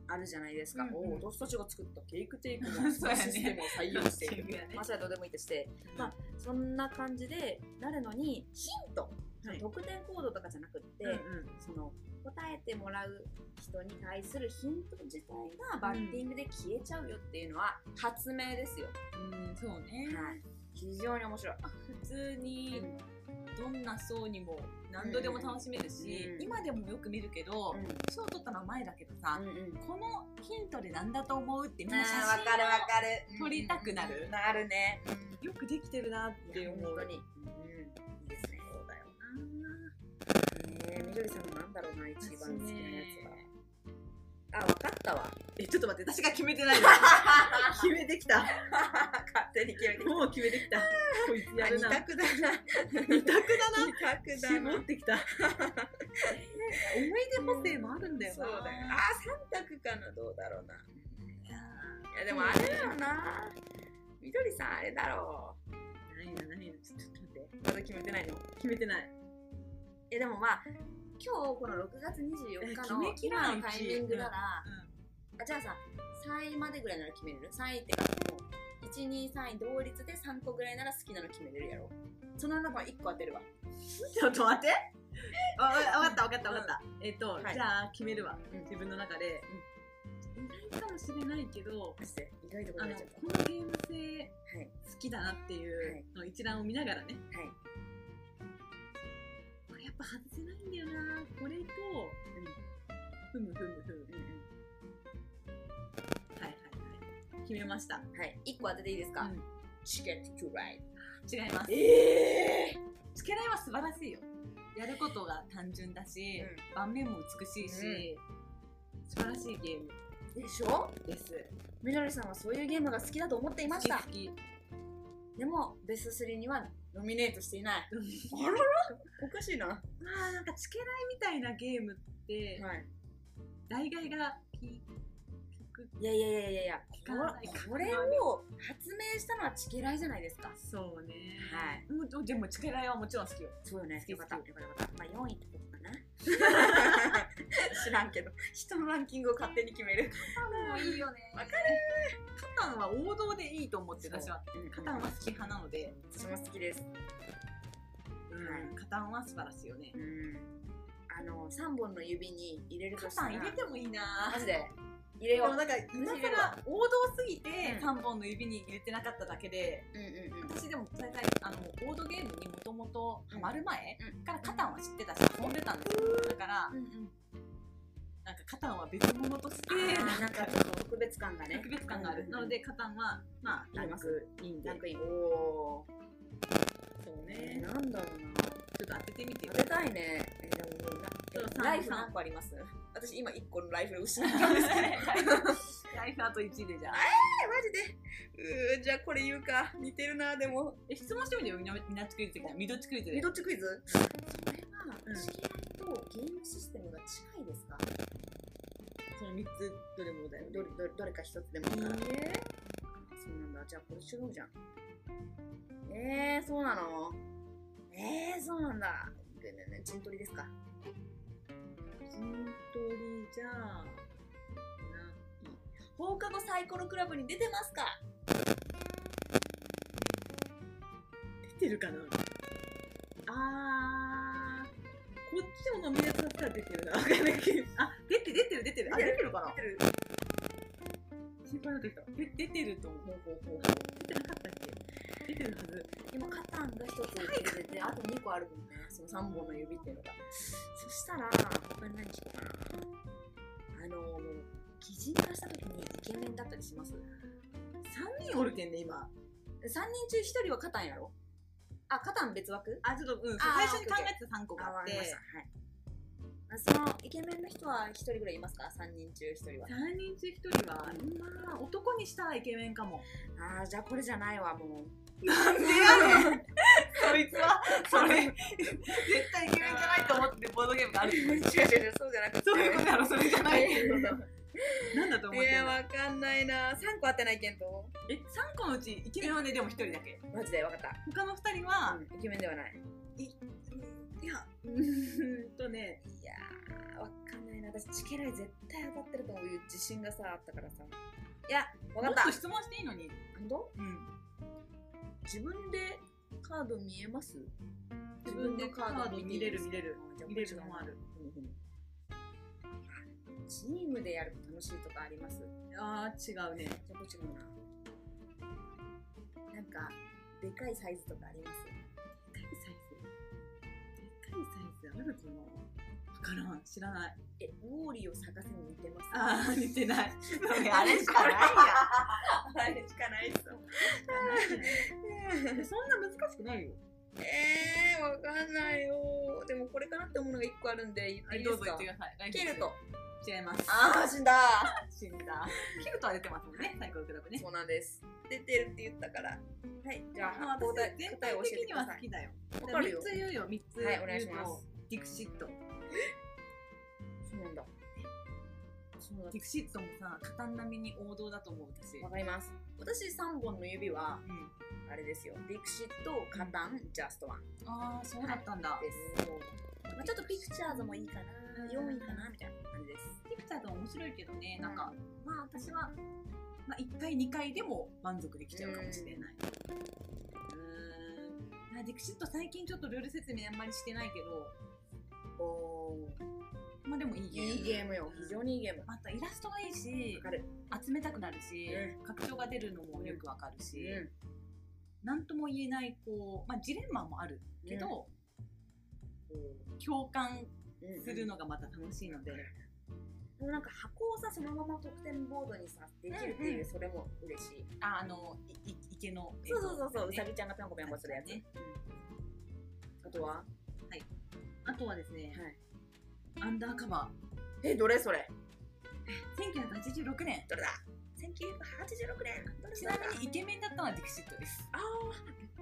Speaker 1: あるじゃないですか、
Speaker 2: うんうん
Speaker 1: おお私たちが作ったケークテイク
Speaker 2: う
Speaker 1: の
Speaker 2: んそうやね
Speaker 1: システムを採用している
Speaker 2: そうやね
Speaker 1: まあそれはどうでもいいとしてま
Speaker 2: まあ
Speaker 1: あそんな感じでなるのにヒント、
Speaker 2: はい
Speaker 1: 得点行動とかじゃなくって、
Speaker 2: うんうん
Speaker 1: その答えてもらう人に対するヒント自体がバッティングで消えちゃうよっていうのは発明ですよ、
Speaker 2: うんそうね、
Speaker 1: はい非常に面白い、
Speaker 2: 普通に
Speaker 1: うん
Speaker 2: どんな層にも何度でも楽しめるし、
Speaker 1: うん
Speaker 2: 今でもよく見るけど、賞取ったのは前だけどさ、
Speaker 1: うんうん
Speaker 2: このヒントで何だと思うってみん
Speaker 1: ね
Speaker 2: な写真
Speaker 1: わかるわかる
Speaker 2: 撮りたくなる
Speaker 1: うんなるね、うん
Speaker 2: よくできてるなっ
Speaker 1: ってて
Speaker 2: 思
Speaker 1: 本
Speaker 2: う
Speaker 1: 当に、いいですねそうだよなねえみどりさんのなんだろうな一番好きなやつはあわかったわ
Speaker 2: えちょっと待って私が決めて ないの決めてきた
Speaker 1: 勝手に決めてき
Speaker 2: もう決めてきたこいつ
Speaker 1: た
Speaker 2: や
Speaker 1: あ
Speaker 2: る
Speaker 1: 二
Speaker 2: な
Speaker 1: 択だな
Speaker 2: 二択だな
Speaker 1: 二択だな
Speaker 2: 絞ってきた思い出補正もあるんだよ
Speaker 1: そう
Speaker 2: な
Speaker 1: だよあ三択かなどうだろうないやでもあれだよなみどりさんあれだろう
Speaker 2: 何だ何だちょっと待って
Speaker 1: まだ決めてないのい
Speaker 2: 決めてない
Speaker 1: やでもまあ今日この6月
Speaker 2: え
Speaker 1: 24日
Speaker 2: 決
Speaker 1: の
Speaker 2: めきら
Speaker 1: 今
Speaker 2: ん
Speaker 1: の
Speaker 2: うち
Speaker 1: タイミングなら、
Speaker 2: うん
Speaker 1: あじゃあさ3位までぐらいなら決めれる3位ってかもう123位同率で3個ぐらいなら好きなの決めれるやろその中1個当てるわ
Speaker 2: ちょっと待ってあわわかったわかったわかった、えっと、
Speaker 1: はい
Speaker 2: じゃあ決めるわ、
Speaker 1: うん
Speaker 2: 自分の中で、意外かもしれないけど
Speaker 1: 意外と
Speaker 2: あ
Speaker 1: 答
Speaker 2: の
Speaker 1: え
Speaker 2: こ
Speaker 1: ちゃった
Speaker 2: のゲーム性
Speaker 1: はい
Speaker 2: 好きだなっていうの一覧を見ながらね、
Speaker 1: はい
Speaker 2: これやっぱ外せないんだよなこれと、ふむふむふむ
Speaker 1: うん
Speaker 2: はいはいはい決めました
Speaker 1: うんはい1個当てていいですか、
Speaker 2: うん
Speaker 1: チケットトゥライ
Speaker 2: 違います
Speaker 1: ええ
Speaker 2: つけらいは素晴らしいよやることが単純だし、盤面も美しいし、素晴らしいゲーム
Speaker 1: でしょ
Speaker 2: です
Speaker 1: みどりさんはそういうゲームが好きだと思っていました
Speaker 2: 好 き好き
Speaker 1: でもベスト3にはノミネートしていないあららおかしいなは
Speaker 2: まあなんかつけらいみたいなゲームって、
Speaker 1: い
Speaker 2: 代替がピーく
Speaker 1: いやいやいやいやいや
Speaker 2: 聞かない
Speaker 1: ここれを発明したのはチケライじゃないですか
Speaker 2: そうね
Speaker 1: はい
Speaker 2: もうでもチケライはもちろん好きよ
Speaker 1: そうよね
Speaker 2: 好き
Speaker 1: よかった
Speaker 2: 好
Speaker 1: よ
Speaker 2: き
Speaker 1: かったよかったまあ4位ってことかな 知らんけど人のランキングを勝手に決める
Speaker 2: もういいよね
Speaker 1: わか
Speaker 2: カタンは王道でいいと思って
Speaker 1: そう
Speaker 2: 私は
Speaker 1: うん
Speaker 2: カタンは好き派なので、
Speaker 1: 私も好きです
Speaker 2: うん、カタンは素晴らしいよね
Speaker 1: うんあの3本の指に入れると
Speaker 2: カ
Speaker 1: した
Speaker 2: タ
Speaker 1: ら
Speaker 2: ン入れてもいいな
Speaker 1: マジで入れ
Speaker 2: で
Speaker 1: よ
Speaker 2: も
Speaker 1: う
Speaker 2: なんか今
Speaker 1: 入れる
Speaker 2: 更
Speaker 1: わ
Speaker 2: 王道すぎて
Speaker 1: うん
Speaker 2: 3本の指に入れてなかっただけで
Speaker 1: うんうんうん
Speaker 2: 私でも大体あのボードゲームにもともとハマる前
Speaker 1: うん
Speaker 2: からカタンは知ってたし遊んでたんですよだから
Speaker 1: うんうん
Speaker 2: なんかカタンは別物として
Speaker 1: あー
Speaker 2: な
Speaker 1: なんんか
Speaker 2: か
Speaker 1: ちょっと特別感がね
Speaker 2: 特別感がある、なのでカタンはまあ
Speaker 1: ランク
Speaker 2: いいんで
Speaker 1: ランクインお
Speaker 2: そう
Speaker 1: ー
Speaker 2: ね
Speaker 1: なんだろうな
Speaker 2: ちょっと当ててみてよ
Speaker 1: 当てたいねえでももうな
Speaker 2: そう三
Speaker 1: ライフ
Speaker 2: 三
Speaker 1: 何個あります私今1個のライフ失ったん ですけどえ
Speaker 2: ライフあと1でじゃあ
Speaker 1: マジでうーじゃあこれ言うか似てるなでも
Speaker 2: え質問してみてよみなみなっちクイズ的なみどっちクイズ
Speaker 1: ミ
Speaker 2: で
Speaker 1: ドッチクイズそれは
Speaker 2: うん
Speaker 1: 知り合いとゲームシステムが近いですか
Speaker 2: その3つどれもだよ
Speaker 1: どれどれどれか一つでもいいから
Speaker 2: え
Speaker 1: そうなんだ。じゃあこれ違うじゃん。えー、そうなのえー、そうなんだ。でねね陣取りですか。
Speaker 2: 陣取りじゃあ
Speaker 1: 放課後サイコロクラブに出てますか
Speaker 2: 出てるかなあーこっちも飲みやつだったら出てるなわかんないけどあ出て出てる出てるあ
Speaker 1: 出
Speaker 2: 出
Speaker 1: て
Speaker 2: て
Speaker 1: る
Speaker 2: るかな
Speaker 1: 出てる
Speaker 2: 心配になってきたで出てると思う
Speaker 1: ほうほうほう
Speaker 2: 出てなかったっけ出てるはず
Speaker 1: 今、カタンが一つ出てて、あと2個あるもんね。その3本の指っていうのが。そしたら、他に何聞こうかな。あの、もう、擬人化した時にイケメンだったりします ?3
Speaker 2: 3人おるけんね今
Speaker 1: 人中1人はカタンやろあ、カタン別枠
Speaker 2: あちょっとうん
Speaker 1: あ
Speaker 2: 最
Speaker 1: ー
Speaker 2: 初に考えてた3個が
Speaker 1: あ
Speaker 2: あ
Speaker 1: わ
Speaker 2: っ
Speaker 1: かりましてた。はい。あそのイケメンの人は一人ぐらいいますか？三人中一人は。
Speaker 2: 3人中1人はまあ男にしたらイケメンかも
Speaker 1: ああじゃあこれじゃないわも
Speaker 2: なんでやね んそいつはそれ絶対イケメンじゃないと思ってボードゲームがあ
Speaker 1: う。
Speaker 2: る
Speaker 1: 違う違う違うそうじゃなくて。
Speaker 2: そういうことやろそれじゃないっていうこ
Speaker 1: い
Speaker 2: となんだと思ってん
Speaker 1: や
Speaker 2: の
Speaker 1: わかんないな。三個当てないけんと。
Speaker 2: え3個のうちイケメンはねでも1人だけ
Speaker 1: マジでわかった。
Speaker 2: 他の2人は、
Speaker 1: うんイケメンではない。
Speaker 2: いやうーんとね
Speaker 1: いやーわかんないな。私チケライ絶対当たってるという自信がさあったからさ。いやわか
Speaker 2: も
Speaker 1: っ
Speaker 2: ったと。質問していいのに、
Speaker 1: 本当？
Speaker 2: うん、
Speaker 1: 自分でカード見えます？
Speaker 2: 自分でカード見れる見れる
Speaker 1: あじゃあ
Speaker 2: 見れるのもある
Speaker 1: チームでやると楽しいとかあります
Speaker 2: あー違うね
Speaker 1: じゃあこっちのななんかでかいサイズとかあります
Speaker 2: でかいサイズでかいサイズあるかな分からん知らない
Speaker 1: えウォーリーを探せに似てます
Speaker 2: あー似て ないそ れ
Speaker 1: やあれしかないっすもん
Speaker 2: やそんな難しくないよ
Speaker 1: えー、わかんないよでもこれかなって思うのが一個あるんで言っていい
Speaker 2: ど
Speaker 1: で
Speaker 2: う
Speaker 1: す
Speaker 2: ぞ
Speaker 1: か
Speaker 2: 言ってください来
Speaker 1: ケ
Speaker 2: 月
Speaker 1: ルト
Speaker 2: 違います
Speaker 1: ああ死んだ
Speaker 2: 死んだキルトは出てますもんね最高クラブね
Speaker 1: そうなんです。出てるって言ったから。はい、じゃあ、
Speaker 2: まあ
Speaker 1: 交代
Speaker 2: 私全
Speaker 1: 答え
Speaker 2: 体
Speaker 1: を教え
Speaker 2: 的
Speaker 1: て
Speaker 2: に
Speaker 1: く
Speaker 2: は
Speaker 1: ださ
Speaker 2: 好
Speaker 1: い。
Speaker 2: きだよ
Speaker 1: わかるよ
Speaker 2: 3。つ言うよ3つ
Speaker 1: はいお願いし
Speaker 2: 言う
Speaker 1: ま
Speaker 2: と
Speaker 1: す
Speaker 2: ディクシット
Speaker 1: そうなんだ。そうなん
Speaker 2: ディクシットもさ簡単並みに王道だと思う私
Speaker 1: だ。わかります。私三本の指は、
Speaker 2: うん
Speaker 1: あれですよ。ディクシット、カタン、ジャストワン
Speaker 2: ああそうだったんだ
Speaker 1: です。まあ、ちょっとピクチャーズもいいか
Speaker 2: う
Speaker 1: な、
Speaker 2: ん
Speaker 1: 4位かな、みたいな感じです。
Speaker 2: ピクチャーと面白いけどねなんかまあ私はまあ1回2回でも満足できちゃうかもしれないうんあディクシット最近ちょっとルール説明あんまりしてないけど
Speaker 1: おー
Speaker 2: まあでもいいゲーム
Speaker 1: いいゲームよ。非常にいいゲーム。
Speaker 2: またイラストがいいし
Speaker 1: わかる。
Speaker 2: 集めたくなるし、
Speaker 1: う
Speaker 2: 拡張が出るのもよくわかるし、
Speaker 1: うん。
Speaker 2: なんとも言えないこう、まあ、ジレンマもあるけど、こう共感
Speaker 1: うん
Speaker 2: するのがまた楽しいので、
Speaker 1: でもなんか箱をさ、そのまま得点ボードにさ、できるって
Speaker 2: うん
Speaker 1: いうう、それも嬉しい。
Speaker 2: ああのいい池の
Speaker 1: そうそうそうそう、う
Speaker 2: ね
Speaker 1: さぎちゃんがぴょんこぴょんこするやつ。
Speaker 2: ね
Speaker 1: あとは、は
Speaker 2: あとはですね、
Speaker 1: い、
Speaker 2: アンダーカバ
Speaker 1: え、どれそれ
Speaker 2: ー1986年
Speaker 1: どれだ ?1986 年どれ
Speaker 2: ち
Speaker 1: そ
Speaker 2: な
Speaker 1: れ
Speaker 2: みにイケメンだったのはディクシットです、
Speaker 1: ああ、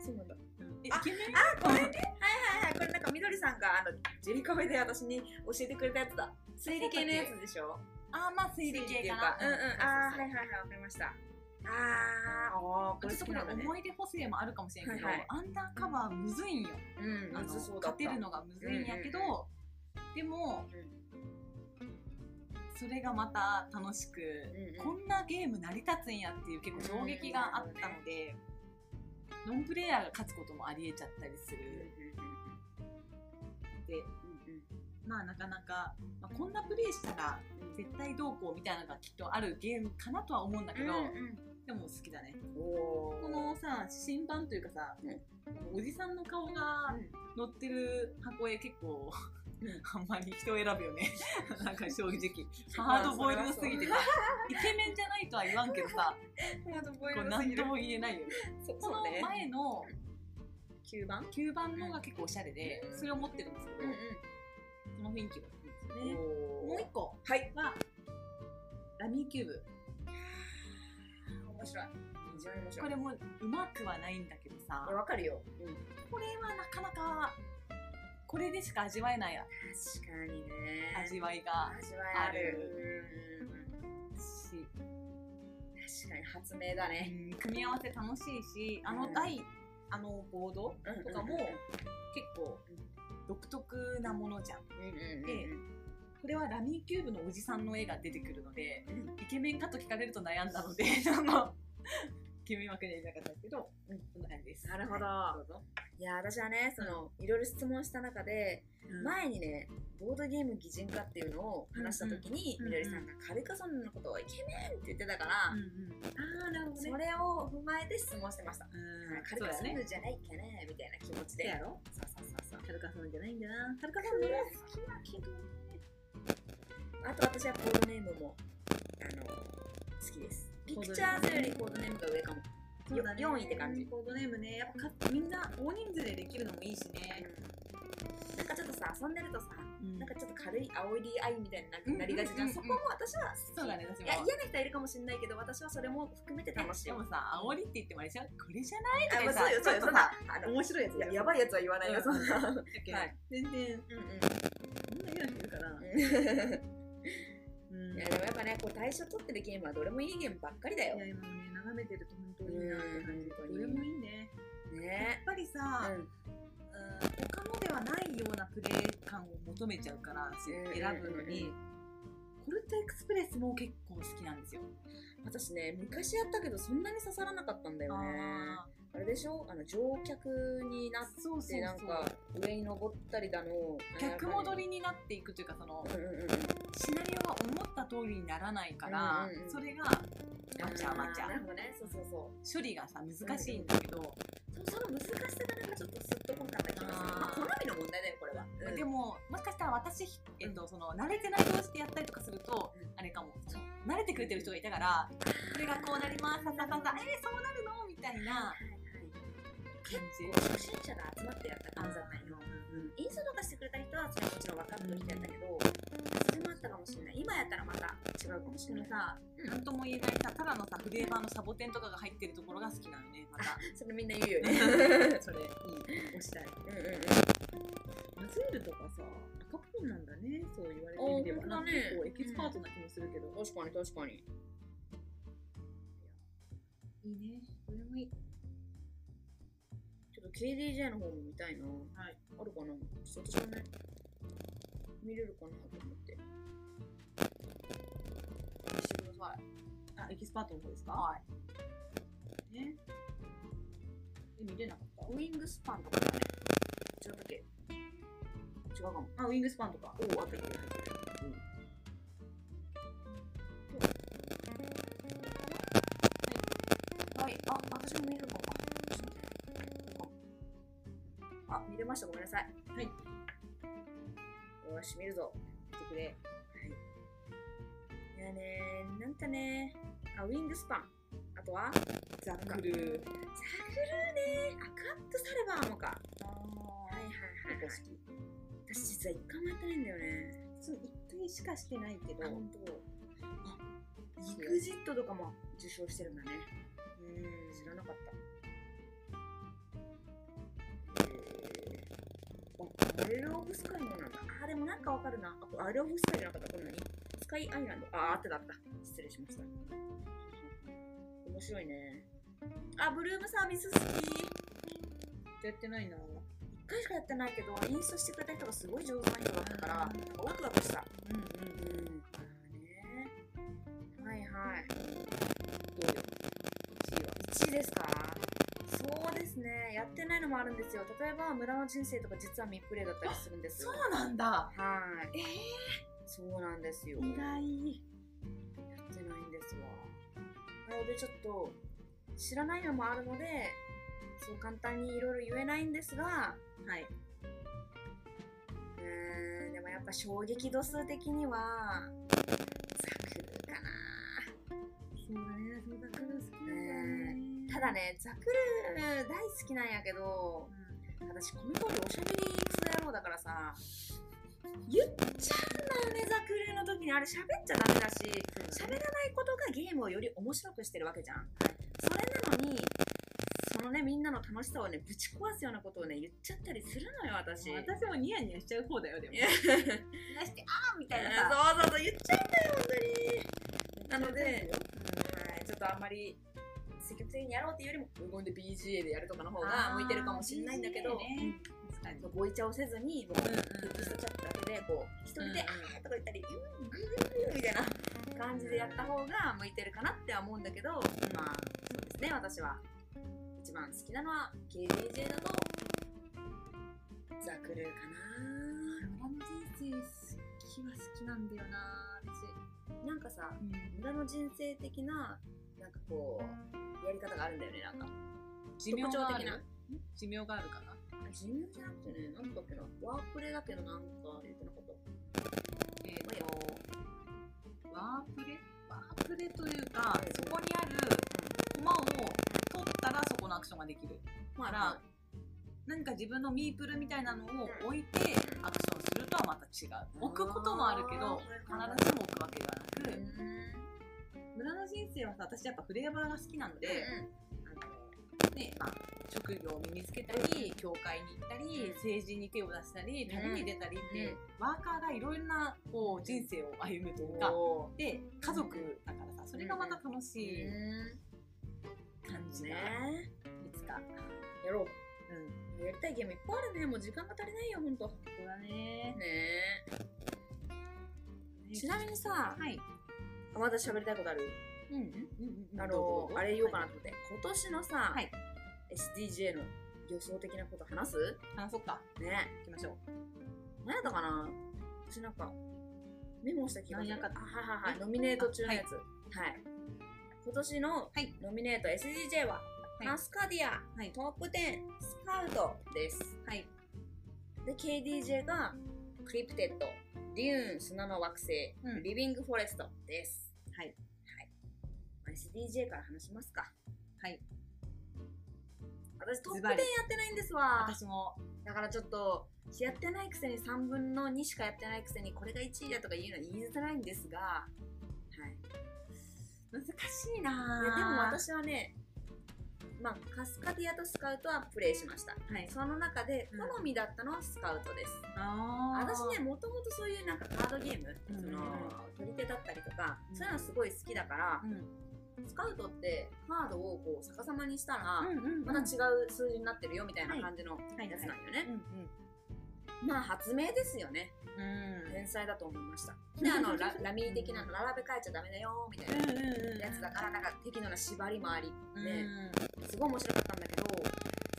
Speaker 1: そうなんだ。
Speaker 2: えイ
Speaker 1: あ
Speaker 2: ケメン
Speaker 1: あ、これね。はいはいはい。これなんかみどりさんが、あの、ジェリカフェで私に教えてくれたやつだ。推理系のやつでしょ
Speaker 2: あーまあ推理系かな
Speaker 1: うんうん。ああ、はいはいはい、
Speaker 2: そうそうそう
Speaker 1: わかりました。ああ、おー、これ
Speaker 2: ちょ
Speaker 1: 好き
Speaker 2: っとこ
Speaker 1: な
Speaker 2: れ
Speaker 1: んだね。
Speaker 2: 思い出補正もあるかもしれんけど、
Speaker 1: はいはい
Speaker 2: アンダーカバーむずいんよ、
Speaker 1: うん、
Speaker 2: あの
Speaker 1: むずそうだ
Speaker 2: 勝
Speaker 1: った
Speaker 2: てるのがむずいんやけど、
Speaker 1: うんう
Speaker 2: でも
Speaker 1: う
Speaker 2: それがまた楽しく、
Speaker 1: んうん
Speaker 2: こんなゲーム成り立つんやっていう結構衝撃があったので、ノンプレイヤーが勝つこともありえちゃったりす
Speaker 1: うんうん
Speaker 2: る
Speaker 1: う
Speaker 2: で
Speaker 1: んうん
Speaker 2: まあなかなか、まあ、こんなプレイしたら絶対どうこうみたいなのがきっとあるゲームかなとは思うんだけど、
Speaker 1: う
Speaker 2: でも好きだね
Speaker 1: んうんおー
Speaker 2: このさ新版というかさ、
Speaker 1: うん
Speaker 2: おじさんの顔が乗ってる箱絵結構あんまり人選ぶよ ねなんか正直ハードボイルドすぎてさイケメンじゃないとは言わんけどさ
Speaker 1: ハードボイ
Speaker 2: こう
Speaker 1: ルドす
Speaker 2: 何
Speaker 1: ぎる
Speaker 2: とも言えないよね
Speaker 1: そ
Speaker 2: この
Speaker 1: そうね
Speaker 2: 前の
Speaker 1: 吸盤
Speaker 2: 9番のが結構おしゃれで
Speaker 1: うん
Speaker 2: それを持ってるんですけど、その雰囲気もいいですよねもう一個
Speaker 1: はい
Speaker 2: はラミーキューブ
Speaker 1: 面白い非常に面白
Speaker 2: こ
Speaker 1: い
Speaker 2: れもうまくはないんだけどさ
Speaker 1: いやわかるよ
Speaker 2: これはなかなかこれでしか味わえない
Speaker 1: 確かにね
Speaker 2: 味わいが
Speaker 1: 味わいあ
Speaker 2: あ
Speaker 1: るうん
Speaker 2: し、
Speaker 1: 確かに発明だね
Speaker 2: うん組み合わせ楽しいしあ
Speaker 1: う
Speaker 2: の
Speaker 1: ん
Speaker 2: 台、あのボードとかも
Speaker 1: うんうん
Speaker 2: 結構独特なものじゃん
Speaker 1: うん
Speaker 2: でこれはラミーキューブのおじさんの絵が出てくるので
Speaker 1: うん
Speaker 2: イケメンかと聞かれると悩んだので あの決めわけにはいかなかったですけど、
Speaker 1: うん
Speaker 2: こんな感じです
Speaker 1: なるほど
Speaker 2: はいどうぞ
Speaker 1: いや私はねそのいろいろ質問した中で前にねボードゲーム擬人化っていうのを話した時に
Speaker 2: うん
Speaker 1: み
Speaker 2: うん
Speaker 1: どりさんがカルカソンヌのことをイケメンって言ってたから
Speaker 2: うんうん
Speaker 3: ああ、なるほど
Speaker 1: そ
Speaker 3: ね。
Speaker 1: れを踏まえて質問してました
Speaker 2: うん
Speaker 1: カル
Speaker 2: そう
Speaker 1: カ
Speaker 2: だ
Speaker 1: ソン
Speaker 2: ね
Speaker 1: ヌじゃないかなみたいな気持ち
Speaker 2: そう
Speaker 1: で
Speaker 2: やろ
Speaker 1: そうそうそうそう
Speaker 2: はるかさんじゃないんだなはるかさん
Speaker 1: そ
Speaker 2: も
Speaker 1: れは好きだけどねあと私はコードネームもあの好きですピクチャーズよりコードネームが上かも
Speaker 2: そうだね
Speaker 1: よ4位って感じ
Speaker 2: コードネームねやっぱかみんな大人数でできるのもいいしね、
Speaker 1: なんかちょっとさ遊んでるとさ
Speaker 2: な
Speaker 1: なんん
Speaker 2: か
Speaker 1: かちょっと軽い青いり合いみたいにななりがちじゃん
Speaker 2: うんうんうんうん
Speaker 1: そこも私は好き
Speaker 2: そうだね私も
Speaker 1: いや嫌な人いるかもしれないけど私はそれも含めて楽しい
Speaker 2: で
Speaker 1: よ
Speaker 2: もさ煽りって言ってもあれじゃんこれじゃな
Speaker 1: あまあ
Speaker 2: さ
Speaker 1: そうよそうよ
Speaker 2: ちょ
Speaker 1: そ
Speaker 2: っ
Speaker 1: ん
Speaker 2: とさ
Speaker 1: なあの
Speaker 2: い面白いやつ
Speaker 1: ややばいやつは言わないよそんなうんうん
Speaker 2: だけど、
Speaker 1: はい
Speaker 2: 全然 こんな嫌な人いるから、うん
Speaker 1: いやでもやっぱねこう対象取ってるゲームはどれもいいゲームばっかりだよ
Speaker 2: いや
Speaker 1: ね
Speaker 2: 今ね眺めてると本当にいいなって感じ
Speaker 1: うん
Speaker 2: どれもいいねやっぱりさ、
Speaker 1: うん
Speaker 2: うん他のではないようなプレイ感を求めちゃうから私
Speaker 1: うん
Speaker 2: 選ぶのに、
Speaker 1: うん
Speaker 2: コルトエクスプレスも結構好きなんですよ、
Speaker 1: 私ね昔やったけどそんなに刺さらなかったんだよね
Speaker 2: あ
Speaker 1: あれでしょあの乗客になっ
Speaker 2: ーそうそうそう
Speaker 1: てなんか上に登ったりだの
Speaker 2: 逆戻り
Speaker 1: に
Speaker 2: になっていくというかその
Speaker 1: うんうんうん
Speaker 2: シナリオが思った通りにならないから、
Speaker 1: うんうんうん
Speaker 2: それがガチャガチ
Speaker 1: あーなる
Speaker 2: ャ
Speaker 1: ほどねそうそうそう
Speaker 2: 処理がさ難しいんだけど、
Speaker 1: そその難しさがなんかちょっとすっとこんかった気がするまあ
Speaker 2: あー
Speaker 1: 好みの問題だよこれは、うん
Speaker 2: でももしかしたら私、えっと、その慣れてない同士でやったりとかすると、
Speaker 1: うん
Speaker 2: あれかもその慣れてくれてる人がいたからこれがこうなりますささささえー、そうなるのみたい
Speaker 1: は
Speaker 2: な
Speaker 1: いはい
Speaker 2: 感じ。
Speaker 1: 初心者が集まってやった感じだったよ
Speaker 2: うんう
Speaker 1: イ
Speaker 2: ん
Speaker 1: ンストとかしてくれた人はそれはもちろん分かってきてやったけど、それもあったかもしれない今やったらまた違うかもし
Speaker 2: そ
Speaker 1: れな
Speaker 2: の
Speaker 1: い
Speaker 2: さ、
Speaker 1: うん
Speaker 2: なんとも言えないさ、ただのさ、フレーバーのサボテンとかが入ってるところが好きなの ね、また。
Speaker 1: それみんな言うよね
Speaker 2: それ、いい、押したい。
Speaker 1: うんうんうん
Speaker 3: アズールとかさ、赤っぽいなんだね、そう言われてみれば。
Speaker 1: あ
Speaker 3: なん
Speaker 1: ー本当だね
Speaker 3: か結構エキスパートな気もするけど。
Speaker 1: 確かに確かに
Speaker 2: いいね。これもいい。
Speaker 1: ちょっと KDJ の方も見たいな、
Speaker 3: はい
Speaker 1: あるかなちょっと私はね見れるかなと思って
Speaker 2: してください。
Speaker 3: あ、エキスパートの方ですか。
Speaker 2: はい
Speaker 3: ね。え、見れなかっ
Speaker 1: ウィングスパンとかだね違ったっけ違うかも
Speaker 3: たあ、ウィングスパンとか。
Speaker 1: おおあったっけ
Speaker 2: はい。
Speaker 1: あ、私も見れるかも。あちょっと待ってあ、見れました。ごめんなさい。
Speaker 3: はい
Speaker 1: よし、見るぞ。見てくれ。はい。いやねなんかねあ、ウィングスパン。あとは、ザク
Speaker 2: ザ
Speaker 1: ク
Speaker 2: ル。
Speaker 1: ルーねアクアットサルバーのか。はいはいはい、はい。私実は一回もやってないんだよね。
Speaker 3: その一回しかしてないけど、
Speaker 1: あ、ほんと。あ、イグジットとかも受賞してるんだね。うん、知らなかった。へーあ、アイル・オブ・スカイもなんだ。あ、でもなんかわかるな。あ、アイル・オブ・スカイじゃなかった。こんなに。カイアイランド。あーってなった。失礼しました。面白いね。あ、ブルームサービス好き。
Speaker 2: やってないな。
Speaker 1: 一回しかやってないけど、インストしてくれた人がすごい上手な人だったから、なんかワクワクした。
Speaker 2: うんうん
Speaker 1: うん。まあね。はいはい。どうよ。1位は。1位ですかそうですね。やってないのもあるんですよ。例えば、村の人生とか実はミプレイだったりするんですよ。
Speaker 2: そうなんだ。
Speaker 1: はい。
Speaker 2: え
Speaker 1: そうなんですよ。
Speaker 2: ー、意外。
Speaker 1: やってないんですわ。なのでちょっと知らないのもあるので、そう簡単にいろいろ言えないんですが、はい。うーん、でもやっぱ衝撃度数的には、ザクルーかな。
Speaker 2: そうだね、そうだから好きなんだよね。
Speaker 1: ただね、ザクルー大好きなんやけど、私この通りおしゃべりする野郎だからさ、言っちゃうんだよね、ザクルーの時に。あれ喋っちゃダメだし、喋らないことがゲームをより面白くしてるわけじゃん。それなのに、そのね、みんなの楽しさをね、ぶち壊すようなことをね、言っちゃったりするのよ、私。
Speaker 2: 私もニヤニヤしちゃう方だよ、でも
Speaker 1: い。やそうそう
Speaker 4: 出して、あーみたいなさ。
Speaker 1: そう、言っちゃうんだよ、本当に。なので、はい、ちょっとあんまり、積極的にやろうっていうよりも、無言で BGA でやるとかの方が向いてるかもしれないんだけど、
Speaker 2: あー BGA ね確かに。
Speaker 1: ごイチャをせずに、もう、テキストチャットだけで、こう、一人で、
Speaker 2: うん
Speaker 1: あーとか言ったり、うん、グーみたいな感じでやった方が向いてるかなっては思うんだけど、まあ、そうですね、私は。一番好きなのは、KDJ だと、ザクルーか
Speaker 2: 村の人生好きは好きなんだよな、私。
Speaker 1: ななんかさ、村の人生的な、なんかこう、やり方があるんだよね、なんか。
Speaker 2: 寿命があ
Speaker 1: 特徴的な
Speaker 2: る。寿命があるかな。
Speaker 1: あ自分じゃなくてね、なんだっけな、ワープレだけどなんか言ってなかった。
Speaker 2: え
Speaker 1: まあいい
Speaker 2: ー
Speaker 1: や
Speaker 2: ワープレワープレというか
Speaker 1: うん、
Speaker 2: そこにある駒を取ったらそこのアクションができる。
Speaker 1: まあ、
Speaker 2: ら何か自分のミープルみたいなのを置いてアクションするとはまた違う。置くこともあるけど、必ずしも置くわけでは
Speaker 1: う
Speaker 2: なく、
Speaker 1: ん
Speaker 2: 村の人生はさ私やっぱフレーバーが好きなので、あのねまあ、職業を身につけたり教会に行ったり政治に手を出したり旅に出たりって、ワーカーがいろんなこう人生を歩むというか、
Speaker 1: お
Speaker 2: で家族だからさそれがまた楽し
Speaker 1: ー
Speaker 2: い感
Speaker 1: うん
Speaker 2: じが、
Speaker 1: ね
Speaker 2: いつか。
Speaker 1: やろう
Speaker 2: うん
Speaker 1: やりたいゲームいっぱいあるねもう時間が足りないよほんとね
Speaker 2: そうだね
Speaker 1: えちなみにさ
Speaker 2: はい、
Speaker 1: あまだ喋りたいことある
Speaker 2: うんうんうん、
Speaker 1: あ
Speaker 2: ど
Speaker 1: の
Speaker 2: うぞどうぞ
Speaker 1: あれ言おうかなと思って今年のさ
Speaker 2: はい
Speaker 1: SDJ の予想的なこと話す
Speaker 2: 話そうか
Speaker 1: ね
Speaker 2: 行きましょう
Speaker 1: 何やったかな私なんかメモした気がする
Speaker 2: なんやか
Speaker 1: あはいはいはいノミネート中のやつはい今年の
Speaker 2: はい
Speaker 1: ノミネート SDJ は
Speaker 2: はい
Speaker 1: マスカディア
Speaker 2: はい
Speaker 1: トップ10スカウトです
Speaker 2: はい
Speaker 1: で KDJ がクリプテッドデューン砂の惑星、
Speaker 2: うん
Speaker 1: リビングフォレストです
Speaker 2: はい
Speaker 1: はい SDJ から話しますか
Speaker 2: はい
Speaker 1: 私トップ
Speaker 2: ズ
Speaker 1: 10
Speaker 2: バ
Speaker 1: やっ
Speaker 2: リ
Speaker 1: てないんですわ
Speaker 2: 私も
Speaker 1: だからちょっとやってないくせに3分の2しかやってないくせにこれが1位だとか言うのは言いづらいんですがはい
Speaker 2: 難しいな
Speaker 1: で
Speaker 2: ぁ
Speaker 1: でも私はねまあカスカディアとスカウトはプレイしました
Speaker 2: はい
Speaker 1: その中で
Speaker 2: うん
Speaker 1: 好みだったのはスカウトです、
Speaker 2: あー
Speaker 1: 私ねもともとそういうなんかカードゲーム、
Speaker 2: うん
Speaker 1: その取り手だったりとか、
Speaker 2: うん
Speaker 1: そういうのすごい好きだから
Speaker 2: う、ん
Speaker 1: スカウトってカードをこう逆さまにしたら、
Speaker 2: うんうん
Speaker 1: また違う数字になってるよみたいな
Speaker 2: はい
Speaker 1: 感じの
Speaker 2: い
Speaker 1: やつなんよね、
Speaker 2: うん
Speaker 1: まあ発明ですよね
Speaker 2: うんうん
Speaker 1: 天才だと思いましたであのララミー的なの並べ替えちゃダメだよみたいな
Speaker 2: うん
Speaker 1: やつだからなんか適度な縛りもあり
Speaker 2: うん
Speaker 1: ねすごい面白かったんだけど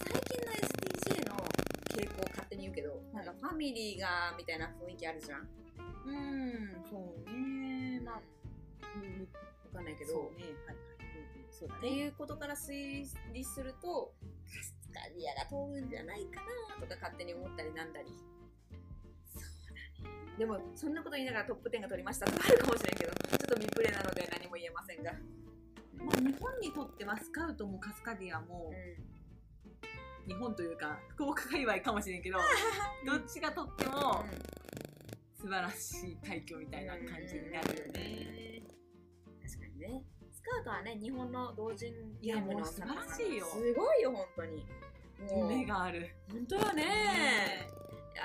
Speaker 1: 最近の SDJ の傾向勝手に言うけどなんかファミリーがみたいな雰囲気あるじゃん、
Speaker 2: うんそうねまあ
Speaker 1: 分かんないけ
Speaker 2: そ
Speaker 1: ど
Speaker 2: うねはいはいうんうんそうだ
Speaker 1: って
Speaker 2: ね
Speaker 1: いうことから推理するとカスカディアが通るんじゃないかなとか勝手に思ったりなんだりそうだねでもそんなこと言いながらトップ10が取りましたとかあるかもしれんけどちょっと未プレイなので何も言えませんが、
Speaker 2: まあ日本にとってはスカウトもカスカディアも日本というか福岡界隈かもしれんけどどっちがとっても素晴らしい対挙みたいな感じになるよね
Speaker 1: 確かにねスカウトはね日本の同人
Speaker 2: いや
Speaker 1: ゲームの
Speaker 2: もう素晴らしいよ
Speaker 1: すごいよ本当にもう
Speaker 2: 夢がある
Speaker 1: 本当よね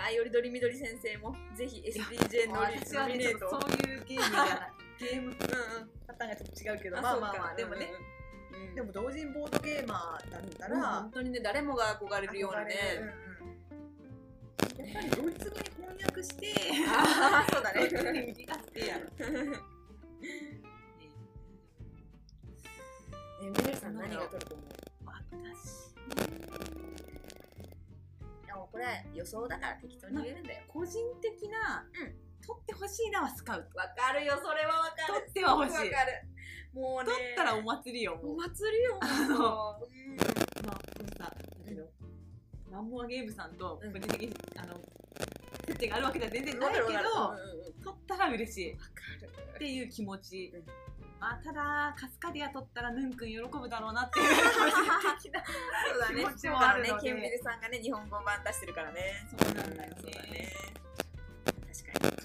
Speaker 1: あーよりどりみどり先生もぜひ SDJ のり
Speaker 2: 私は
Speaker 1: ノミ
Speaker 2: ね
Speaker 1: ネ
Speaker 2: ち
Speaker 1: ー
Speaker 2: ょっ
Speaker 1: ト
Speaker 2: と
Speaker 1: を
Speaker 2: そういうゲームじゃないゲーム
Speaker 1: うんうん
Speaker 2: パターンがちょっと違うけど
Speaker 1: あ
Speaker 2: まあ
Speaker 1: そう
Speaker 2: まあ
Speaker 1: か
Speaker 2: まあでもね、
Speaker 1: うんうん
Speaker 2: でも同人ボードゲーマーなんだ
Speaker 1: だ
Speaker 2: ら、
Speaker 1: から本当にね誰もが憧れるようなね
Speaker 2: 憧れるうんうんやっぱりドイツ語に翻訳して
Speaker 1: ああそうだ
Speaker 2: ドイツ語
Speaker 1: ね
Speaker 2: に向き合ってやる
Speaker 1: えみどりさん何が取ると思う
Speaker 2: 私
Speaker 1: でもこれは予想だから適当に言えるんだよ
Speaker 2: 個人的な、
Speaker 1: うん
Speaker 2: 取ってほしいなはスカウト
Speaker 1: わかるよそれはわか
Speaker 2: 取
Speaker 1: る
Speaker 2: っては欲しい
Speaker 1: わかるもうね
Speaker 2: 取ったらお祭りよも
Speaker 1: お
Speaker 2: う、
Speaker 1: 祭りよもうう
Speaker 2: まあ、このさだけど、ワンモアゲームさんと個人的に、あの接点があるわけでは全然
Speaker 1: ん
Speaker 2: な
Speaker 1: わ
Speaker 2: い
Speaker 1: か
Speaker 2: けど
Speaker 1: るわかるうんうんうん
Speaker 2: 取ったら嬉しい
Speaker 1: わかる
Speaker 2: っていう気持ち、
Speaker 1: うん
Speaker 2: まあ、ただカスカディア取ったらヌン君喜ぶだろうなっていう個人的な
Speaker 1: そうだね
Speaker 2: 気持ち
Speaker 1: 福
Speaker 2: も
Speaker 1: 岡
Speaker 2: あ
Speaker 1: の
Speaker 2: る
Speaker 1: ね
Speaker 2: ので
Speaker 1: ケンビルさんがね日本語版出してるからね
Speaker 2: そうなんだよね
Speaker 1: そうだね確かに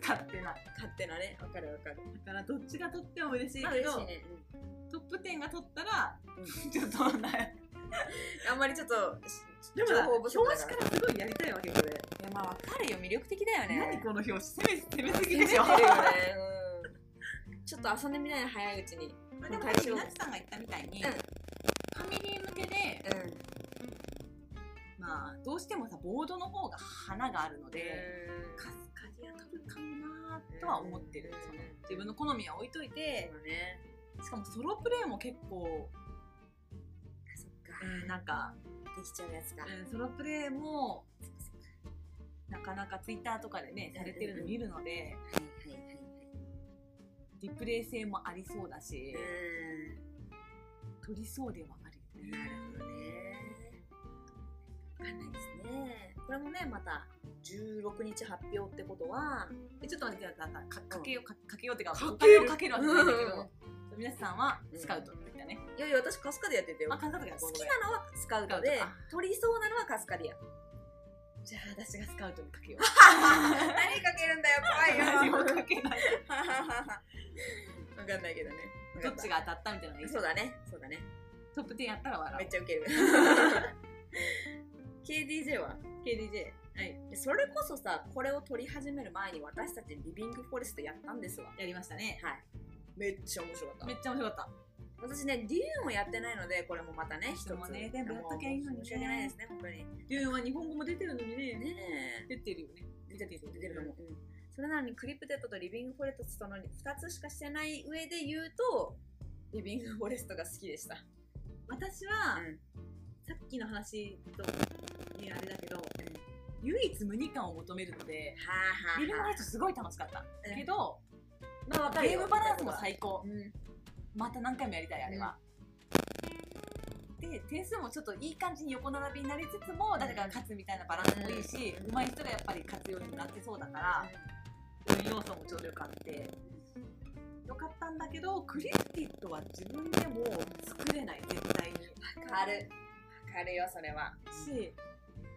Speaker 2: 勝手な
Speaker 1: 勝手なねわかるわかる
Speaker 2: だからどっちが取っても嬉しい
Speaker 1: まあ
Speaker 2: け
Speaker 1: 嬉
Speaker 2: ど、
Speaker 1: しいねうん
Speaker 2: トップ10が取ったら、
Speaker 1: うん
Speaker 2: ちょっとね
Speaker 1: あんまりちょっと
Speaker 2: でも
Speaker 1: 情
Speaker 2: さ
Speaker 1: 報不
Speaker 2: 表
Speaker 1: 足
Speaker 2: 紙
Speaker 1: だ
Speaker 2: からすごいやりたいわけこれ、
Speaker 1: いやまあわかるよ魅力的だよね
Speaker 2: 何この表紙攻め攻めすぎ
Speaker 1: 攻め
Speaker 2: で
Speaker 1: てる
Speaker 2: し
Speaker 1: よ
Speaker 2: ょ
Speaker 1: ね、うん、ちょっと遊んでみないの早いうちに
Speaker 2: まあでも
Speaker 1: 対象
Speaker 2: なつさんが言ったみたいに、
Speaker 1: うん
Speaker 2: ファミリー向けで、
Speaker 1: うん
Speaker 2: まあどうしてもさボードの方が花があるので、
Speaker 1: う
Speaker 2: カスカディア取るかもなーとは思ってる、
Speaker 1: うん
Speaker 2: その自分の好みは置いといて
Speaker 1: ん、そうね
Speaker 2: しかもソロプレイも結構、
Speaker 1: あそっ
Speaker 2: う
Speaker 1: か、
Speaker 2: ん、なんか、
Speaker 1: できちゃうやつか、
Speaker 2: うん、ソロプレイもなかなかツイッターとかでねされてるの見るので、
Speaker 1: はいはいはい
Speaker 2: リプレイ性もありそうだし、
Speaker 1: は
Speaker 2: 取りそうではあるよ
Speaker 1: いうんな
Speaker 2: ね
Speaker 1: るほどねわかんないですねこれもねまた16日発表ってことは
Speaker 2: えちょっと待ってくださいかかけようかかけようっていうか
Speaker 1: か
Speaker 2: お
Speaker 1: けよう
Speaker 2: 金をかけるわけじゃないんだけ
Speaker 1: うんうん
Speaker 2: ど、皆さんはスカウトって言ったね、
Speaker 1: いやいや私カスカディアって言ってよ
Speaker 2: あカスカディア
Speaker 1: 好きなのはスカウト
Speaker 2: ス
Speaker 1: で
Speaker 2: カウトか
Speaker 1: 取りそうなのはカスカデ ィア
Speaker 2: じゃあ私がスカウトにかけよ
Speaker 1: 何かけるんだよ怖いよ
Speaker 2: うかけない
Speaker 1: わかんないけどね。
Speaker 2: どっち
Speaker 1: が
Speaker 2: が当たったみたいなのがいい
Speaker 1: そうだね。そうだね。
Speaker 2: トップ10やったら
Speaker 1: め
Speaker 2: 笑
Speaker 1: っちゃウ ケる。KDJ は
Speaker 2: う KDJ はい
Speaker 1: それこそさ、これを撮り始める前に私たちリビングフォレストやったんですわ。は
Speaker 2: やりましたね
Speaker 1: い。めっちゃ面白かっ
Speaker 2: め
Speaker 1: た。
Speaker 2: っちゃ面白かっ
Speaker 1: 私ね、デューンをやってないので、これもまたね、一つ。
Speaker 2: でもね全部やっときゃいいのにね
Speaker 1: 申し訳ないですね、本当に。
Speaker 2: た理由は日本語も出てるのにね
Speaker 1: ねえ。
Speaker 2: 出てるよね
Speaker 1: 出てる、出てると思う。うんそれなのに、クリプテッドとリビングフォレストの2つしかしてない上で言うと、リビングフォレストが好きでした。
Speaker 2: 私は、
Speaker 1: うん
Speaker 2: さっきの話と、ね、あれだけど、唯一無二感を求めるので
Speaker 1: はあはあはあ
Speaker 2: ビルマライトすごい楽しかった、
Speaker 1: うん
Speaker 2: けど
Speaker 1: まあわかる
Speaker 2: ゲ
Speaker 1: よ
Speaker 2: ームバランスも最高
Speaker 1: うん
Speaker 2: また何回もやりたいあれは、で点数もちょっといい感じに横並びになりつつも誰かが勝つみたいなバランスもいいし、
Speaker 1: うん
Speaker 2: 上手い人がやっぱり勝つようになってそうだから、運要素もちょうどよくあってよかったんだけどクリスティットは自分でも作れない絶対に
Speaker 1: わかるわかるよそれは
Speaker 2: し